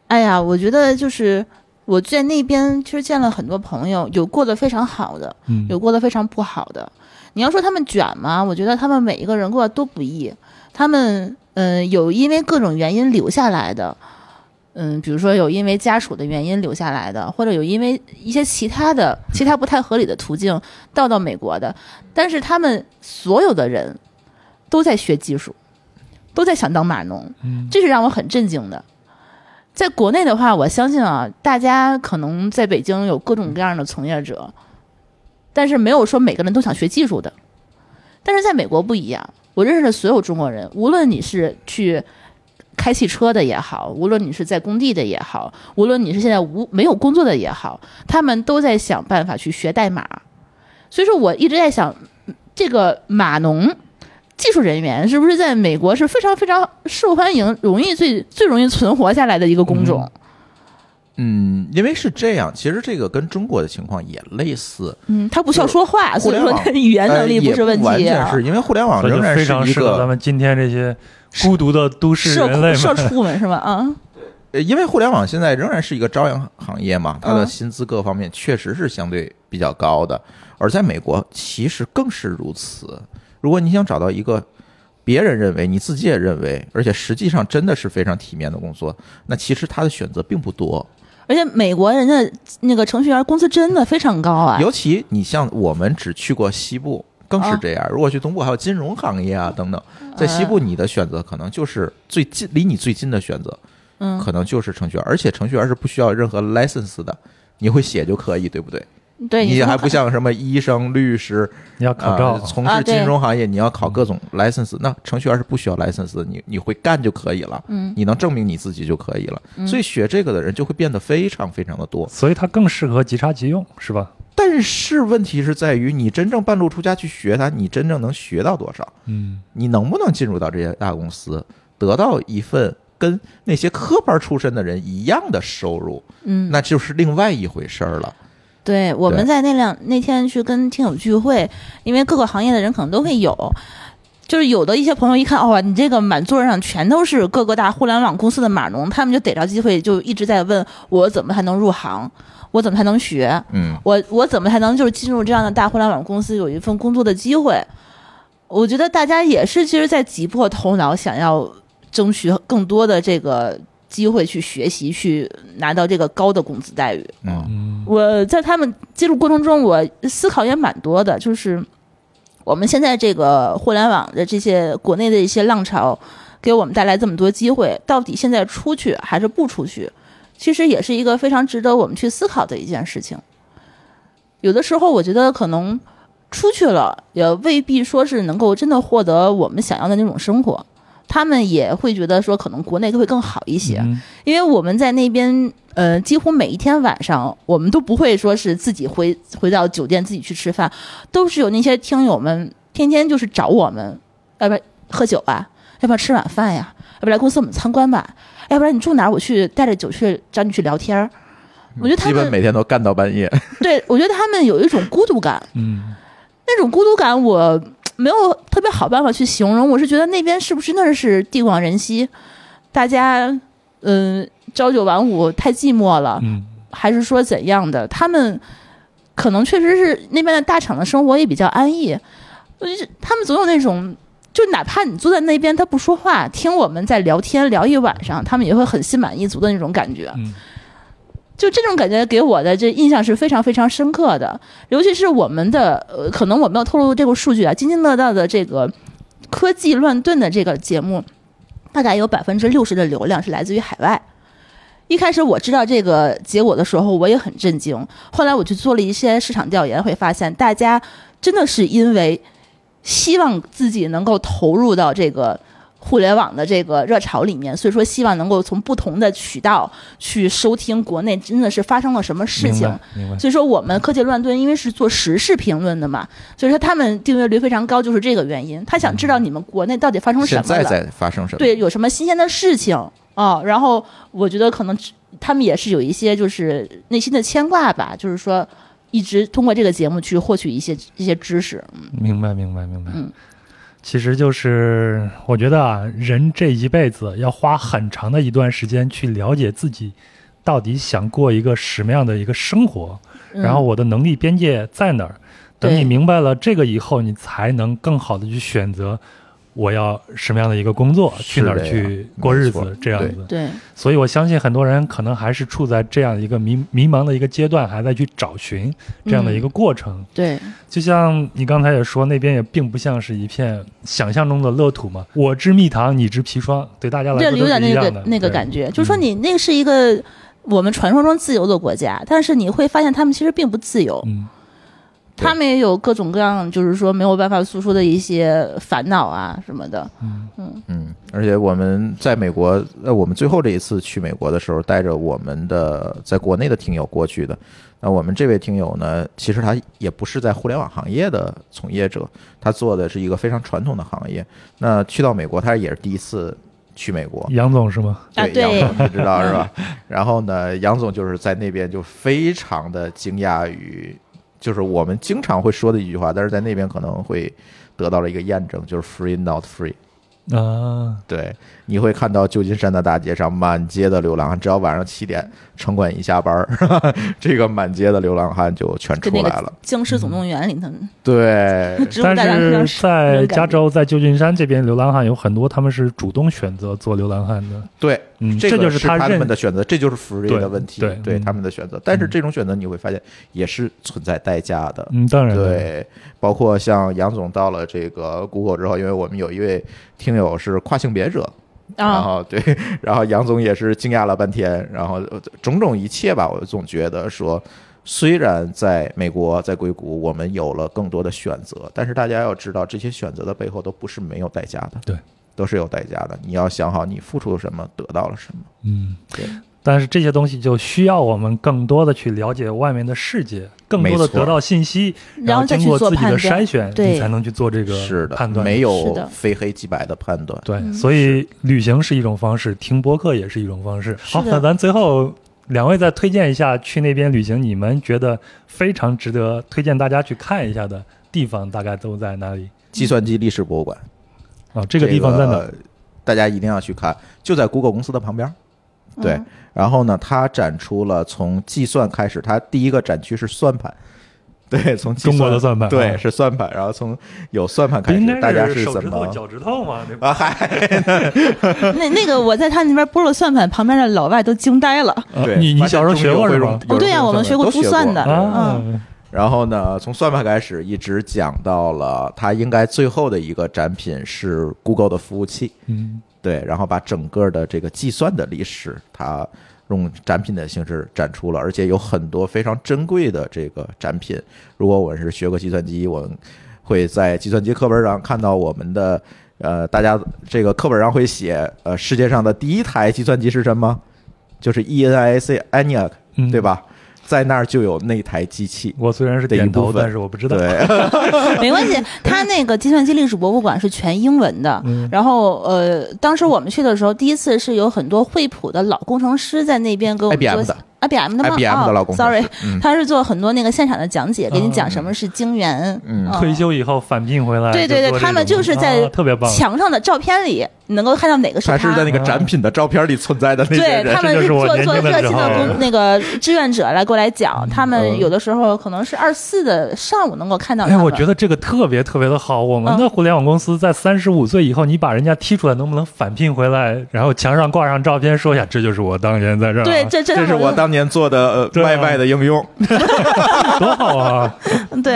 Speaker 4: 哎呀，我觉得就是我在那边其实见了很多朋友，有过得非常好的，
Speaker 2: 嗯，
Speaker 4: 有过得非常不好的。你要说他们卷吗？我觉得他们每一个人过得都不易。他们嗯、呃有因为各种原因留下来的，嗯，比如说有因为家属的原因留下来的，或者有因为一些其他的、其他不太合理的途径到到美国的。但是他们所有的人都在学技术，都在想当码农，
Speaker 2: 嗯
Speaker 4: 这是让我很震惊的。在国内的话，我相信啊，大家可能在北京有各种各样的从业者，但是没有说每个人都想学技术的。但是在美国不一样，我认识的所有中国人，无论你是去开汽车的也好，无论你是在工地的也好，无论你是现在无没有工作的也好，他们都在想办法去学代码。所以说我一直在想，这个码农技术人员是不是在美国是非常非常受欢迎、容易最最容易存活下来的一个工种？
Speaker 3: 嗯，因为是这样，其实这个跟中国的情况也类似，
Speaker 4: 嗯，他不需要说话，
Speaker 3: 互
Speaker 4: 所以
Speaker 3: 联
Speaker 4: 说
Speaker 3: 网
Speaker 4: 他语言能力
Speaker 3: 呃也
Speaker 4: 是问
Speaker 3: 完
Speaker 4: 题
Speaker 3: 全
Speaker 4: 啊。
Speaker 3: 是因为互联网
Speaker 2: 所以
Speaker 3: 仍
Speaker 2: 就
Speaker 3: 然
Speaker 2: 非常
Speaker 3: 是一
Speaker 2: 适合咱
Speaker 3: 个，
Speaker 2: 们今天这些孤独的都市
Speaker 4: 社
Speaker 2: 人类
Speaker 4: 恐社
Speaker 2: 们。
Speaker 4: 畜们是吧？啊，
Speaker 3: 呃因为互联网现在仍然是一个朝阳行业嘛，它
Speaker 4: 嗯
Speaker 3: 的薪资各方面确实是相对比较高的，而在美国其实更是如此。如果你想找到一个别人认为你自己也认为，而且实际上真的是非常体面的工作，那其实他的选择并不多。
Speaker 4: 而且美国人家那个程序员工资真的非常高啊，
Speaker 3: 尤其你像我们只去过西部，更是这样。如果去东部，还有金融行业啊等等，在西部你的选择可能就是最近离你最近的选择，
Speaker 4: 嗯，
Speaker 3: 可能就是程序员，而且程序员是不需要任何 license 的。你会写就可以，对不对？
Speaker 4: 对，
Speaker 3: 你
Speaker 4: 说
Speaker 3: 还不像什么医生、律师，
Speaker 2: 你要考
Speaker 3: 呃
Speaker 2: 照，，
Speaker 3: 从
Speaker 4: 啊
Speaker 3: 事
Speaker 4: 对
Speaker 3: 金融行业，你要考各种 license。那程序员是不需要 license 的，你你会干就可以了，
Speaker 4: 嗯
Speaker 3: 你能证明你自己就可以了。所以学这个的人就会变得非常非常的多。
Speaker 2: 所以它更适合即插即用，是吧？
Speaker 3: 但是问题是在于，你真正半路出家去学它，你真正能学到多少？
Speaker 2: 嗯
Speaker 3: 你能不能进入到这些大公司，得到一份跟那些科班出身的人一样的收入，
Speaker 4: 嗯，
Speaker 3: 那就是另外一回事儿了。
Speaker 4: 对，我们
Speaker 3: 对
Speaker 4: 在那两那天去跟听友聚会，因为各个行业的人可能都会有，就是有的一些朋友一看，哦，你这个满座上全都是各个大互联网公司的码农，他们就逮着机会就一直在问我怎么才能入行，我怎么才能学，
Speaker 3: 嗯，
Speaker 4: 我我怎么才能就是进入这样的大互联网公司有一份工作的机会？我觉得大家也是其实，在挤破头脑想要争取更多的这个机会去学习，去拿到这个高的工资待遇。
Speaker 3: 嗯
Speaker 2: 嗯
Speaker 4: 我在他们接触过程中，我思考也蛮多的，就是我们现在这个互联网的这些国内的一些浪潮，给我们带来这么多机会，到底现在出去还是不出去，其实也是一个非常值得我们去思考的一件事情。有的时候，我觉得可能出去了，也未必说是能够真的获得我们想要的那种生活。他们也会觉得说，可能国内会更好一些。
Speaker 2: 嗯
Speaker 4: 因为我们在那边，呃，几乎每一天晚上，我们都不会说是自己回回到酒店自己去吃饭，都是有那些听友们天天就是找我们，要不然喝酒吧，要不然吃晚饭呀，要不然来公司我们参观吧，要不然你住哪儿，我去带着酒去找你去聊天儿。我觉得
Speaker 3: 嗯
Speaker 4: 他
Speaker 3: 基本
Speaker 4: 们
Speaker 3: 每天都干到半夜。
Speaker 4: 对我觉得他们有一种孤独感，
Speaker 2: 嗯
Speaker 4: 那种孤独感我没有特别好办法去形容。我是觉得那边是不是那是地广人稀，大家嗯、朝九晚五太寂寞了，
Speaker 2: 嗯
Speaker 4: 还是说怎样的？他们可能确实是那边的大厂的生活也比较安逸，就是他们总有那种。就哪怕你坐在那边，他不说话，听我们在聊天聊一晚上，他们也会很心满意足的那种感觉。
Speaker 2: 嗯
Speaker 4: 就这种感觉给我的这印象是非常非常深刻的，尤其是我们的呃，可能我没有透露这个数据啊，津津乐道的这个科技乱炖的这个节目，大概有百分之六十的流量是来自于海外。一开始我知道这个结果的时候，我也很震惊。后来我去做了一些市场调研，会发现大家真的是因为希望自己能够投入到这个互联网的这个热潮里面，所以说希望能够从不同的渠道去收听国内真的是发生了什么事
Speaker 2: 明
Speaker 4: 情。
Speaker 2: 白明白
Speaker 4: 所以说我们科技乱炖，因为是做时事评论的嘛，所以说他们订阅率非常高，就是这个原因。他想知道你们国内到底发生什
Speaker 3: 现
Speaker 4: 么
Speaker 3: 在
Speaker 4: 了，
Speaker 3: 在发生什么？
Speaker 4: 对，有什么新鲜的事情啊、然后我觉得可能只他们也是有一些就是内心的牵挂吧，就是说一直通过这个节目去获取一些一些知识。
Speaker 2: 明白明白明白
Speaker 4: 嗯。
Speaker 2: 其实就是我觉得啊，人这一辈子要花很长的一段时间去了解自己到底想过一个什么样的一个生活，
Speaker 4: 嗯
Speaker 2: 然后我的能力边界在哪儿？等
Speaker 4: 对
Speaker 2: 你明白了这个以后，你才能更好的去选择我要什么样的一个工作，去哪儿
Speaker 3: 是这样
Speaker 2: 去过日
Speaker 3: 没错
Speaker 2: 子，这样
Speaker 3: 对
Speaker 2: 子。
Speaker 4: 对
Speaker 2: 所以我相信很多人可能还是处在这样一个迷迷茫的一个阶段，还在去找寻这样的
Speaker 4: 嗯
Speaker 2: 一个过程。
Speaker 4: 对，
Speaker 2: 就像你刚才也说，那边也并不像是一片想象中的乐土嘛。我知蜜糖，你知砒霜，对大家来
Speaker 4: 这
Speaker 2: 说
Speaker 4: 有
Speaker 2: 都
Speaker 4: 点
Speaker 2: 是
Speaker 4: 那
Speaker 2: 一样的。嗯
Speaker 4: 个那个感
Speaker 2: 觉，
Speaker 4: 觉，就是说你那是一个我们传说中自由的国家，但是你会发现他们其实并不自由。
Speaker 2: 嗯
Speaker 3: 对
Speaker 4: 他们也有各种各样，就是说没有办法诉说的一些烦恼啊什么的。
Speaker 2: 嗯
Speaker 3: 嗯，而且我们在美国，呃，我们最后这一次去美国的时候，带着我们的在国内的听友过去的。那我们这位听友呢，其实他也不是在互联网行业的从业者，他做的是一个非常传统的行业。那去到美国，他也是第一次去美国，
Speaker 2: 杨总是吗？
Speaker 4: 啊对
Speaker 3: 杨总你知道 是吧？然后呢，杨总就是在那边就非常的惊讶于，就是我们经常会说的一句话，但是在那边可能会得到了一个验证，就是 “free not free”。
Speaker 2: 啊，
Speaker 3: 对，你会看到旧金山的大街上满街的流浪汉，只要晚上七点城管一下班儿， 这个满街的流浪汉就全出
Speaker 4: 跟那
Speaker 3: 来
Speaker 4: 个
Speaker 3: 了
Speaker 4: 《。僵尸总动员》里头，
Speaker 3: 对，
Speaker 4: 植物
Speaker 2: 但
Speaker 4: 大战非常
Speaker 2: 是在加
Speaker 4: 感觉
Speaker 2: 州，在旧金山这边，流浪汉有很多，他们是主动选择做流浪汉的。
Speaker 3: 对，
Speaker 2: 嗯，
Speaker 3: 这
Speaker 2: 就
Speaker 3: 个
Speaker 2: 是
Speaker 3: 他
Speaker 2: 认
Speaker 3: 们的选择，这就是福利
Speaker 2: 对
Speaker 3: 的问题，
Speaker 2: 对嗯
Speaker 3: 他们的选择。但是这种选择你会发现也是存在代价的。
Speaker 2: 嗯，当 然了，
Speaker 3: 对，包括像杨总到了这个 Google 之后，因为我们有一位听友是跨性别者，然
Speaker 4: 啊，
Speaker 3: 后对， 然后杨总也是惊讶了半天，然后呃种种一切吧，我总觉得说，虽然在美国在硅谷我们有了更多的选择，但是大家要知道，这些选择的背后都不是没有代价的，
Speaker 2: 对，
Speaker 3: 都是有代价的。你要想好你付出了什么，得到了什么。
Speaker 2: 嗯
Speaker 3: 对，
Speaker 2: 但是这些东西就需要我们更多的去了解外面的世界，更多的
Speaker 3: 没错
Speaker 2: 得到信息，
Speaker 4: 然后
Speaker 2: 后
Speaker 4: 再
Speaker 2: 经
Speaker 4: 去
Speaker 2: 过
Speaker 4: 做
Speaker 2: 自己
Speaker 4: 判
Speaker 2: 的
Speaker 4: 断
Speaker 2: 筛选，
Speaker 4: 对
Speaker 2: 你才能去做这个
Speaker 3: 是的，
Speaker 2: 判断。
Speaker 3: 没
Speaker 4: 是
Speaker 3: 有
Speaker 4: 的
Speaker 3: 非黑即白的判断。
Speaker 2: 对，
Speaker 4: 嗯
Speaker 2: 所以旅行是一种方式，听播客也是一种方式。
Speaker 4: 是
Speaker 2: 好，
Speaker 4: 的
Speaker 2: 那咱最后两位再推荐一下去那边旅行，你们觉得非常值得推荐大家去看一下的地方，大概都在哪里？
Speaker 3: 计算机历史博物馆
Speaker 2: 啊、这
Speaker 3: 这
Speaker 2: 个地方在哪？
Speaker 3: 呃大家一定要去看，就在 Google 公司的旁边。
Speaker 4: 嗯
Speaker 3: 对，然后呢，它展出了从计算开始，它第一个展区是算盘，对，从计
Speaker 2: 中国的算盘
Speaker 3: 对，
Speaker 2: 啊
Speaker 3: 是算盘，然后从有算盘
Speaker 2: 不
Speaker 3: 开
Speaker 2: 应
Speaker 3: 始，大
Speaker 2: 该
Speaker 3: 家
Speaker 2: 手
Speaker 3: 怎
Speaker 2: 指头、
Speaker 3: 么
Speaker 2: 脚趾头 吗？那
Speaker 3: 啊？嗨，
Speaker 4: 那那个我在他那边拨了算盘，旁边的老外都惊呆了。
Speaker 2: 啊
Speaker 3: 对
Speaker 2: 你你
Speaker 3: 发现
Speaker 2: 小时候
Speaker 3: 终于
Speaker 2: 学
Speaker 3: 有
Speaker 2: 过
Speaker 3: 会
Speaker 2: 是
Speaker 3: 用
Speaker 2: 吧？
Speaker 3: 有
Speaker 4: 哦对呀
Speaker 3: 会用
Speaker 4: 我们学过
Speaker 3: 都
Speaker 4: 珠算的
Speaker 3: 过
Speaker 2: 啊，
Speaker 4: 嗯
Speaker 3: 然后呢，从算盘开始一直讲到了它应该最后的一个展品是 Google 的服务器，
Speaker 2: 嗯，
Speaker 3: 对，然后把整个的这个计算的历史，它用展品的形式展出了，而且有很多非常珍贵的这个展品。如果我是学过计算机，我会在计算机课本上看到我们的呃，大家这个课本上会写呃，世界上的第一台计算机是什么？就是 E ENIAC ENIAC，
Speaker 2: 嗯
Speaker 3: 对？吧？在那儿就有那台机器。
Speaker 2: 我虽然是
Speaker 3: 的一
Speaker 2: 点头，
Speaker 3: 部分
Speaker 2: 但是我不知道。
Speaker 3: 对，
Speaker 4: 没关系，他那个计算机历史博物馆是全英文的。
Speaker 2: 嗯
Speaker 4: 然后呃，当时我们去的时候，第一次是有很多惠普的老工程师在那边给我们
Speaker 3: IBM
Speaker 4: 做
Speaker 3: 的
Speaker 4: IBM 的吗
Speaker 3: IBM 的老工程师
Speaker 4: s o r r y 他是做很多那个现场的讲解，给你讲什么是晶圆。哦
Speaker 3: 嗯
Speaker 2: 退休以后返聘回来啊就做
Speaker 4: 对
Speaker 2: 这种，
Speaker 4: 对对，他们就是在
Speaker 2: 啊特别棒，
Speaker 4: 墙上的照片里，你能够看到哪个是
Speaker 3: 它是在那个
Speaker 2: 啊
Speaker 3: 展品的照片里存在的那些
Speaker 4: 对
Speaker 3: 人
Speaker 4: 他。们
Speaker 2: 这就是我
Speaker 4: 做
Speaker 2: 年
Speaker 4: 做
Speaker 2: 轻的
Speaker 4: 热
Speaker 2: 时
Speaker 4: 心
Speaker 2: 候啊嗯
Speaker 4: 的工那个志愿者来过来讲，他们有的时候可能是二四的上午能够看到他嗯
Speaker 2: 哎，
Speaker 4: 们。
Speaker 2: 我觉得这个特别特别的好。我们的互联网公司在三十五岁以后，你把人家踢出来，能不能返聘回来？然后墙上挂上照片，说一下，这就是我当年在这儿啊，
Speaker 4: 对，这这
Speaker 3: 这是
Speaker 4: 很
Speaker 3: 我当年做的呃
Speaker 2: 对啊
Speaker 3: YY 的应用，
Speaker 2: 多好啊！
Speaker 4: 对，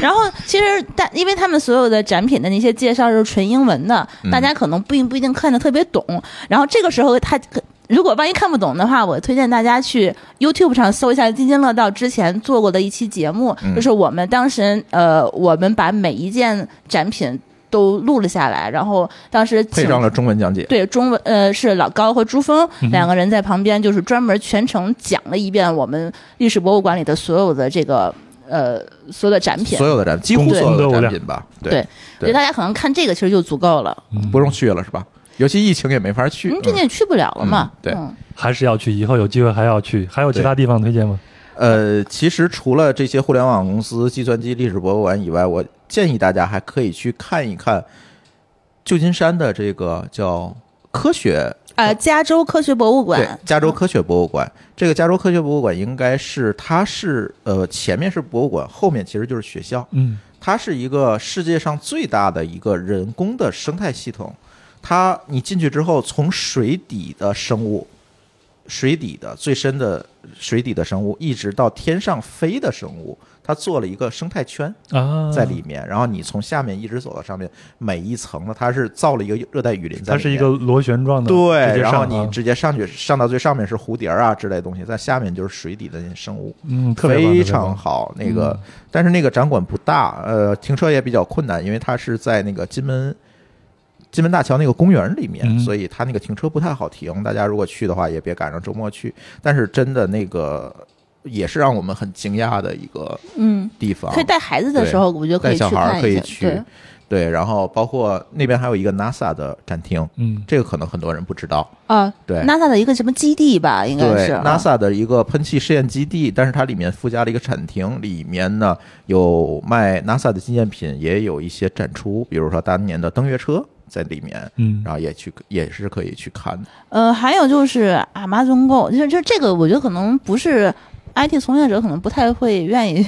Speaker 4: 然后其实但因为他们所有的展品的那些介绍是纯英文的，大
Speaker 3: 嗯
Speaker 4: 家可能并不一定看得特别懂。然后这个时候他。如果万一看不懂的话，我推荐大家去 YouTube 上搜一下津津乐道之前做过的一期节目，
Speaker 3: 嗯
Speaker 4: 就是我们当时呃，我们把每一件展品都录了下来，然后当时
Speaker 3: 配
Speaker 4: 请
Speaker 3: 上了中文讲解。
Speaker 4: 对中文呃是老高和朱峰
Speaker 2: 嗯哼
Speaker 4: 两个人在旁边，就是专门全程讲了一遍我们历史博物馆里的所有的这个呃所有的展品
Speaker 3: 所。有的展，几乎
Speaker 2: 对
Speaker 3: 所有的展品吧，对，
Speaker 4: 对所以大家可能看这个其实就足够了。
Speaker 3: 不用去了是吧？尤其疫情也没法去
Speaker 4: 嗯，，最近也去不了了嘛。
Speaker 3: 嗯对
Speaker 4: 嗯
Speaker 2: 还是要去，以后有机会还要去。还有其
Speaker 3: 对
Speaker 2: 他地方推荐吗？
Speaker 3: 呃，其实除了这些互联网公司、计算机历史博物馆以外，我建议大家还可以去看一看旧金山的这个叫科学
Speaker 4: 呃，加州科学博物
Speaker 3: 对
Speaker 4: 馆，
Speaker 3: 加州科学博物馆。这个加州科学博物馆应该是它是呃前面是博物馆，后面其实就是学校。
Speaker 2: 嗯，
Speaker 3: 它是一个世界上最大的一个人工的生态系统。它你进去之后，从水底的生物，水底的最深的水底的生物，一直到天上飞的生物，它做了一个生态圈
Speaker 2: 啊，
Speaker 3: 在里面。然后你从下面一直走到上面，每一层呢，它是造了一个热带雨林在
Speaker 2: 它
Speaker 3: 里面。
Speaker 2: 是一个螺旋状的，直
Speaker 3: 对，
Speaker 2: 接
Speaker 3: 然
Speaker 2: 上
Speaker 3: 后
Speaker 2: 啊
Speaker 3: 你直接上去，上到最上面是蝴蝶啊之类的东西，在下面就是水底的那些生物。
Speaker 2: 嗯，特别棒
Speaker 3: 非
Speaker 2: 特别棒嗯
Speaker 3: 常好。那个，但是那个展馆不大，呃，停车也比较困难，因为它是在那个金门金门大桥那个公园里面，
Speaker 2: 嗯
Speaker 3: 所以它那个停车不太好停。大家如果去的话，也别赶上周末去。但是真的那个也是让我们很惊讶的一个
Speaker 4: 嗯，
Speaker 3: 地方，
Speaker 4: 可以带孩子的时候，我觉得可
Speaker 3: 带
Speaker 4: 以去
Speaker 3: 小孩
Speaker 4: 看
Speaker 3: 儿
Speaker 4: 一
Speaker 3: 可以
Speaker 4: 下。
Speaker 3: 去
Speaker 4: 对，。
Speaker 3: 对，然后包括那边还有一个 NASA 的展厅，
Speaker 2: 嗯，
Speaker 3: 这个可能很多人不知道。
Speaker 4: 啊
Speaker 3: 对
Speaker 4: ，NASA 的一个什么基地吧，应该
Speaker 3: 对
Speaker 4: 是啊
Speaker 3: NASA 的一个喷气试验基地，但是它里面附加了一个展厅，里面呢有卖 NASA 的纪念品，也有一些展出，比如说当年的登月车在里面，
Speaker 2: 嗯
Speaker 3: 然后也去也是可以去看的。
Speaker 4: 呃，还有就是阿妈尊购，就是就这个，我觉得可能不是 IT 从业者可能不太会愿意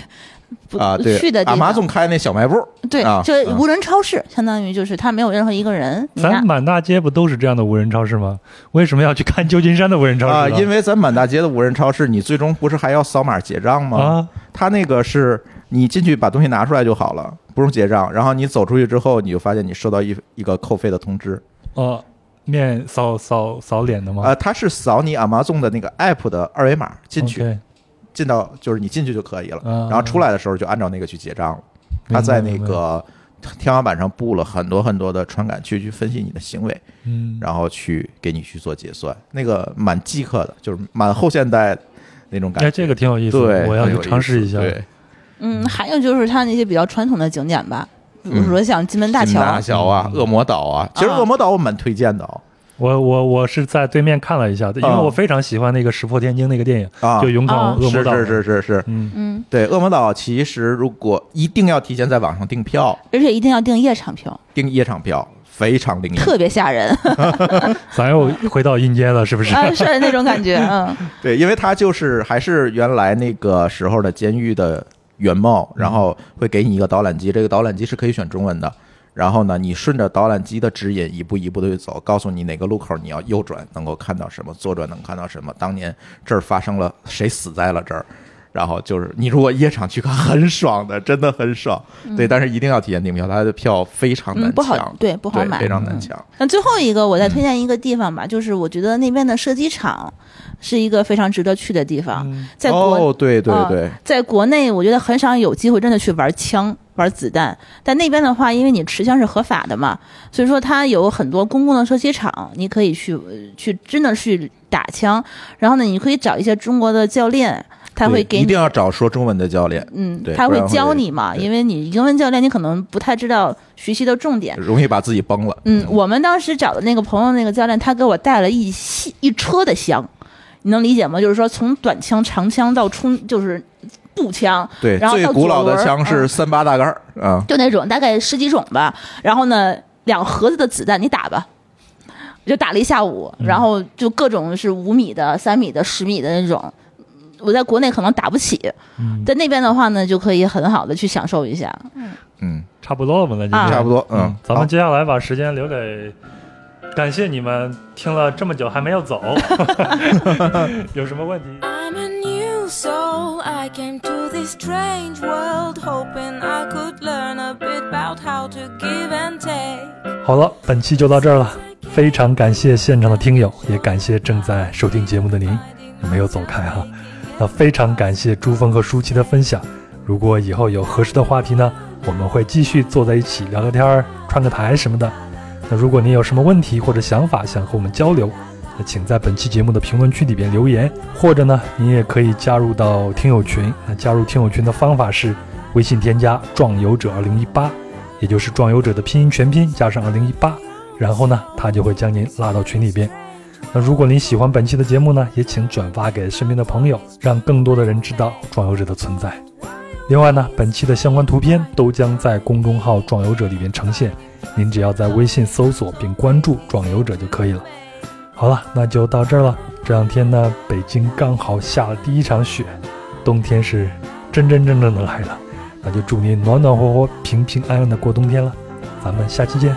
Speaker 4: 不、
Speaker 3: 啊，对，
Speaker 4: 去的地
Speaker 3: 阿玛
Speaker 4: 方。
Speaker 3: 总开那小卖部，
Speaker 4: 对，
Speaker 3: 啊
Speaker 4: 就是
Speaker 3: 啊
Speaker 4: 无人超市，相当于就是它没有任何一个人。你
Speaker 2: 咱
Speaker 4: 看，
Speaker 2: 满大街不都是这样的无人超市吗？为什么要去看旧金山的无人超
Speaker 3: 啊，
Speaker 2: 市呢？
Speaker 3: 因为咱满大街的无人超市，你最终不是还要扫码结账吗？
Speaker 2: 啊，
Speaker 3: 他那个是你进去把东西拿出来就好了，不用结账。然后你走出去之后，你就发现你收到一一个扣费的通知，
Speaker 2: 哦，面扫扫扫脸的吗？
Speaker 3: 啊，它是扫你 Amazon 的那个 app 的二维码进去。
Speaker 2: OK，
Speaker 3: 进到就是你进去就可以了，
Speaker 2: 啊
Speaker 3: 然后出来的时候就按照那个去结账了。
Speaker 2: 明白
Speaker 3: 他在那
Speaker 2: 明白
Speaker 3: 个天花板上布了很多很多的传感器去分析你的行为，
Speaker 5: 嗯，
Speaker 3: 然后去给你去做结算，那个蛮饥渴的，就是蛮后现代的那种感觉。
Speaker 5: 哎，这个挺有意思，
Speaker 3: 对，
Speaker 5: 我要
Speaker 3: 很
Speaker 5: 去
Speaker 3: 有意
Speaker 5: 尝试
Speaker 3: 思
Speaker 5: 一下。
Speaker 3: 对，
Speaker 4: 嗯，还有就是它那些比较传统的景点吧，比如
Speaker 3: 嗯
Speaker 4: 说像金门大
Speaker 3: 金
Speaker 4: 桥，
Speaker 3: 大桥啊，
Speaker 5: 嗯
Speaker 3: 恶魔岛啊，其实
Speaker 4: 啊
Speaker 3: 恶魔岛我蛮推荐的哦
Speaker 5: 我我我是在对面看了一下，因为
Speaker 3: 啊
Speaker 5: 我非常喜欢那个《石破天惊》那个电影，
Speaker 3: 啊
Speaker 5: 就，
Speaker 4: 啊
Speaker 5: 勇闯恶魔岛，
Speaker 3: 是是是是是，
Speaker 5: 嗯，
Speaker 4: 嗯，
Speaker 3: 对，恶魔岛其实如果一定要提前在网上订票，
Speaker 4: 而且一定要订夜场票，
Speaker 3: 订夜场票非常灵验。
Speaker 4: 特别 吓人
Speaker 5: 咱又回到阴间了，是不是？
Speaker 4: 啊，是那种感 觉，嗯
Speaker 3: 对，因为它就是还是原来那个时候的监狱的原貌，然后会给你一个导览机，这个导览机是可以选中文的。然后呢，你顺着导览机的指引一步一步的走，告诉你哪个路口你要右转能够看到什么，左转能看到什么。当年这儿发生了谁死在了这儿，然后就是你如果夜场去看很爽的，真的很爽。对，但是一定要提前订票，它的票非常难抢，嗯
Speaker 4: 嗯，不好，对，不好
Speaker 3: 对，非
Speaker 4: 买。嗯
Speaker 3: 常难抢。
Speaker 4: 那最后一个，我再推荐一个地方吧，就是我觉得那边的射击场是一个非常值得去的地方，
Speaker 5: 嗯
Speaker 4: 在国
Speaker 3: 哦，对对
Speaker 4: 啊
Speaker 3: 对，
Speaker 4: 在国内，我觉得很少有机会真的去玩枪、玩子弹。但那边的话，因为你持枪是合法的嘛，所以说它有很多公共的射击场，你可以去呃去真的去打枪。然后呢，你可以找一些中国的教练，他会
Speaker 3: 对
Speaker 4: 给
Speaker 3: 一
Speaker 4: 你
Speaker 3: 定。要找说中文的教练，
Speaker 4: 嗯
Speaker 3: 对，
Speaker 4: 他
Speaker 3: 不
Speaker 4: 会
Speaker 3: 然会
Speaker 4: 教你嘛，
Speaker 3: 对
Speaker 4: 因为你英文教练你可能不太知道学习的重点。
Speaker 3: 容易把自己崩了。
Speaker 4: 嗯，我们当时找的那个朋友那个教练，他给我带了一系一车的枪，你能理解吗？就是说从短枪、长枪到冲，就是步枪，
Speaker 3: 对，
Speaker 4: 然后
Speaker 3: 最
Speaker 4: 到
Speaker 3: 古
Speaker 4: 左
Speaker 3: 老的
Speaker 4: 轮
Speaker 3: 枪是
Speaker 4: 嗯
Speaker 3: 三八大盖儿啊、
Speaker 4: 就那种大概十几种吧。然后呢，两盒子的子弹你打吧，我就打了一下午，然后就各种是五米的、三米的、十米的那种。我在国内可能打不起，在那边的话呢，就可以很好的去享受一下。
Speaker 3: 嗯，
Speaker 5: 差不多我们了，今
Speaker 4: 啊
Speaker 5: 天
Speaker 3: 差不多，嗯，
Speaker 5: 咱
Speaker 3: 好
Speaker 5: 们接下来把时间留给，感谢你们听了这么久还没 有走，有什么问题？
Speaker 1: I'm a new soul. I came to this strange world hoping I could learn a bit about how to give and take.
Speaker 5: 好了，本期就到这儿了，非常感谢现场的听友，也感谢正在收听节目的您，也没有走开哈、那非常感谢朱峰和舒淇的分享。如果以后有合适的话题呢，我们会继续坐在一起聊聊天儿、串个台什么的。那如果您有什么问题或者想法想和我们交流，那请在本期节目的评论区里边留言，或者呢，您也可以加入到听友群。那加入听友群的方法是微信添加“壮游者二零一八”，也就是“壮游者”的拼音全拼加上二零一八，然后呢，他就会将您拉到群里边。那如果您喜欢本期的节目呢，也请转发给身边的朋友，让更多的人知道壮游者的存在。另外呢，本期的相关图片都将在公众号“壮游者”里面呈现，您只要在微信搜索并关注“壮游者”就可以了。好了，那就到这儿了。这两天呢，北京刚好下了第一场雪，冬天是真真正正的来了。那就祝您暖暖和和、平平安安的过冬天了。咱们下期见。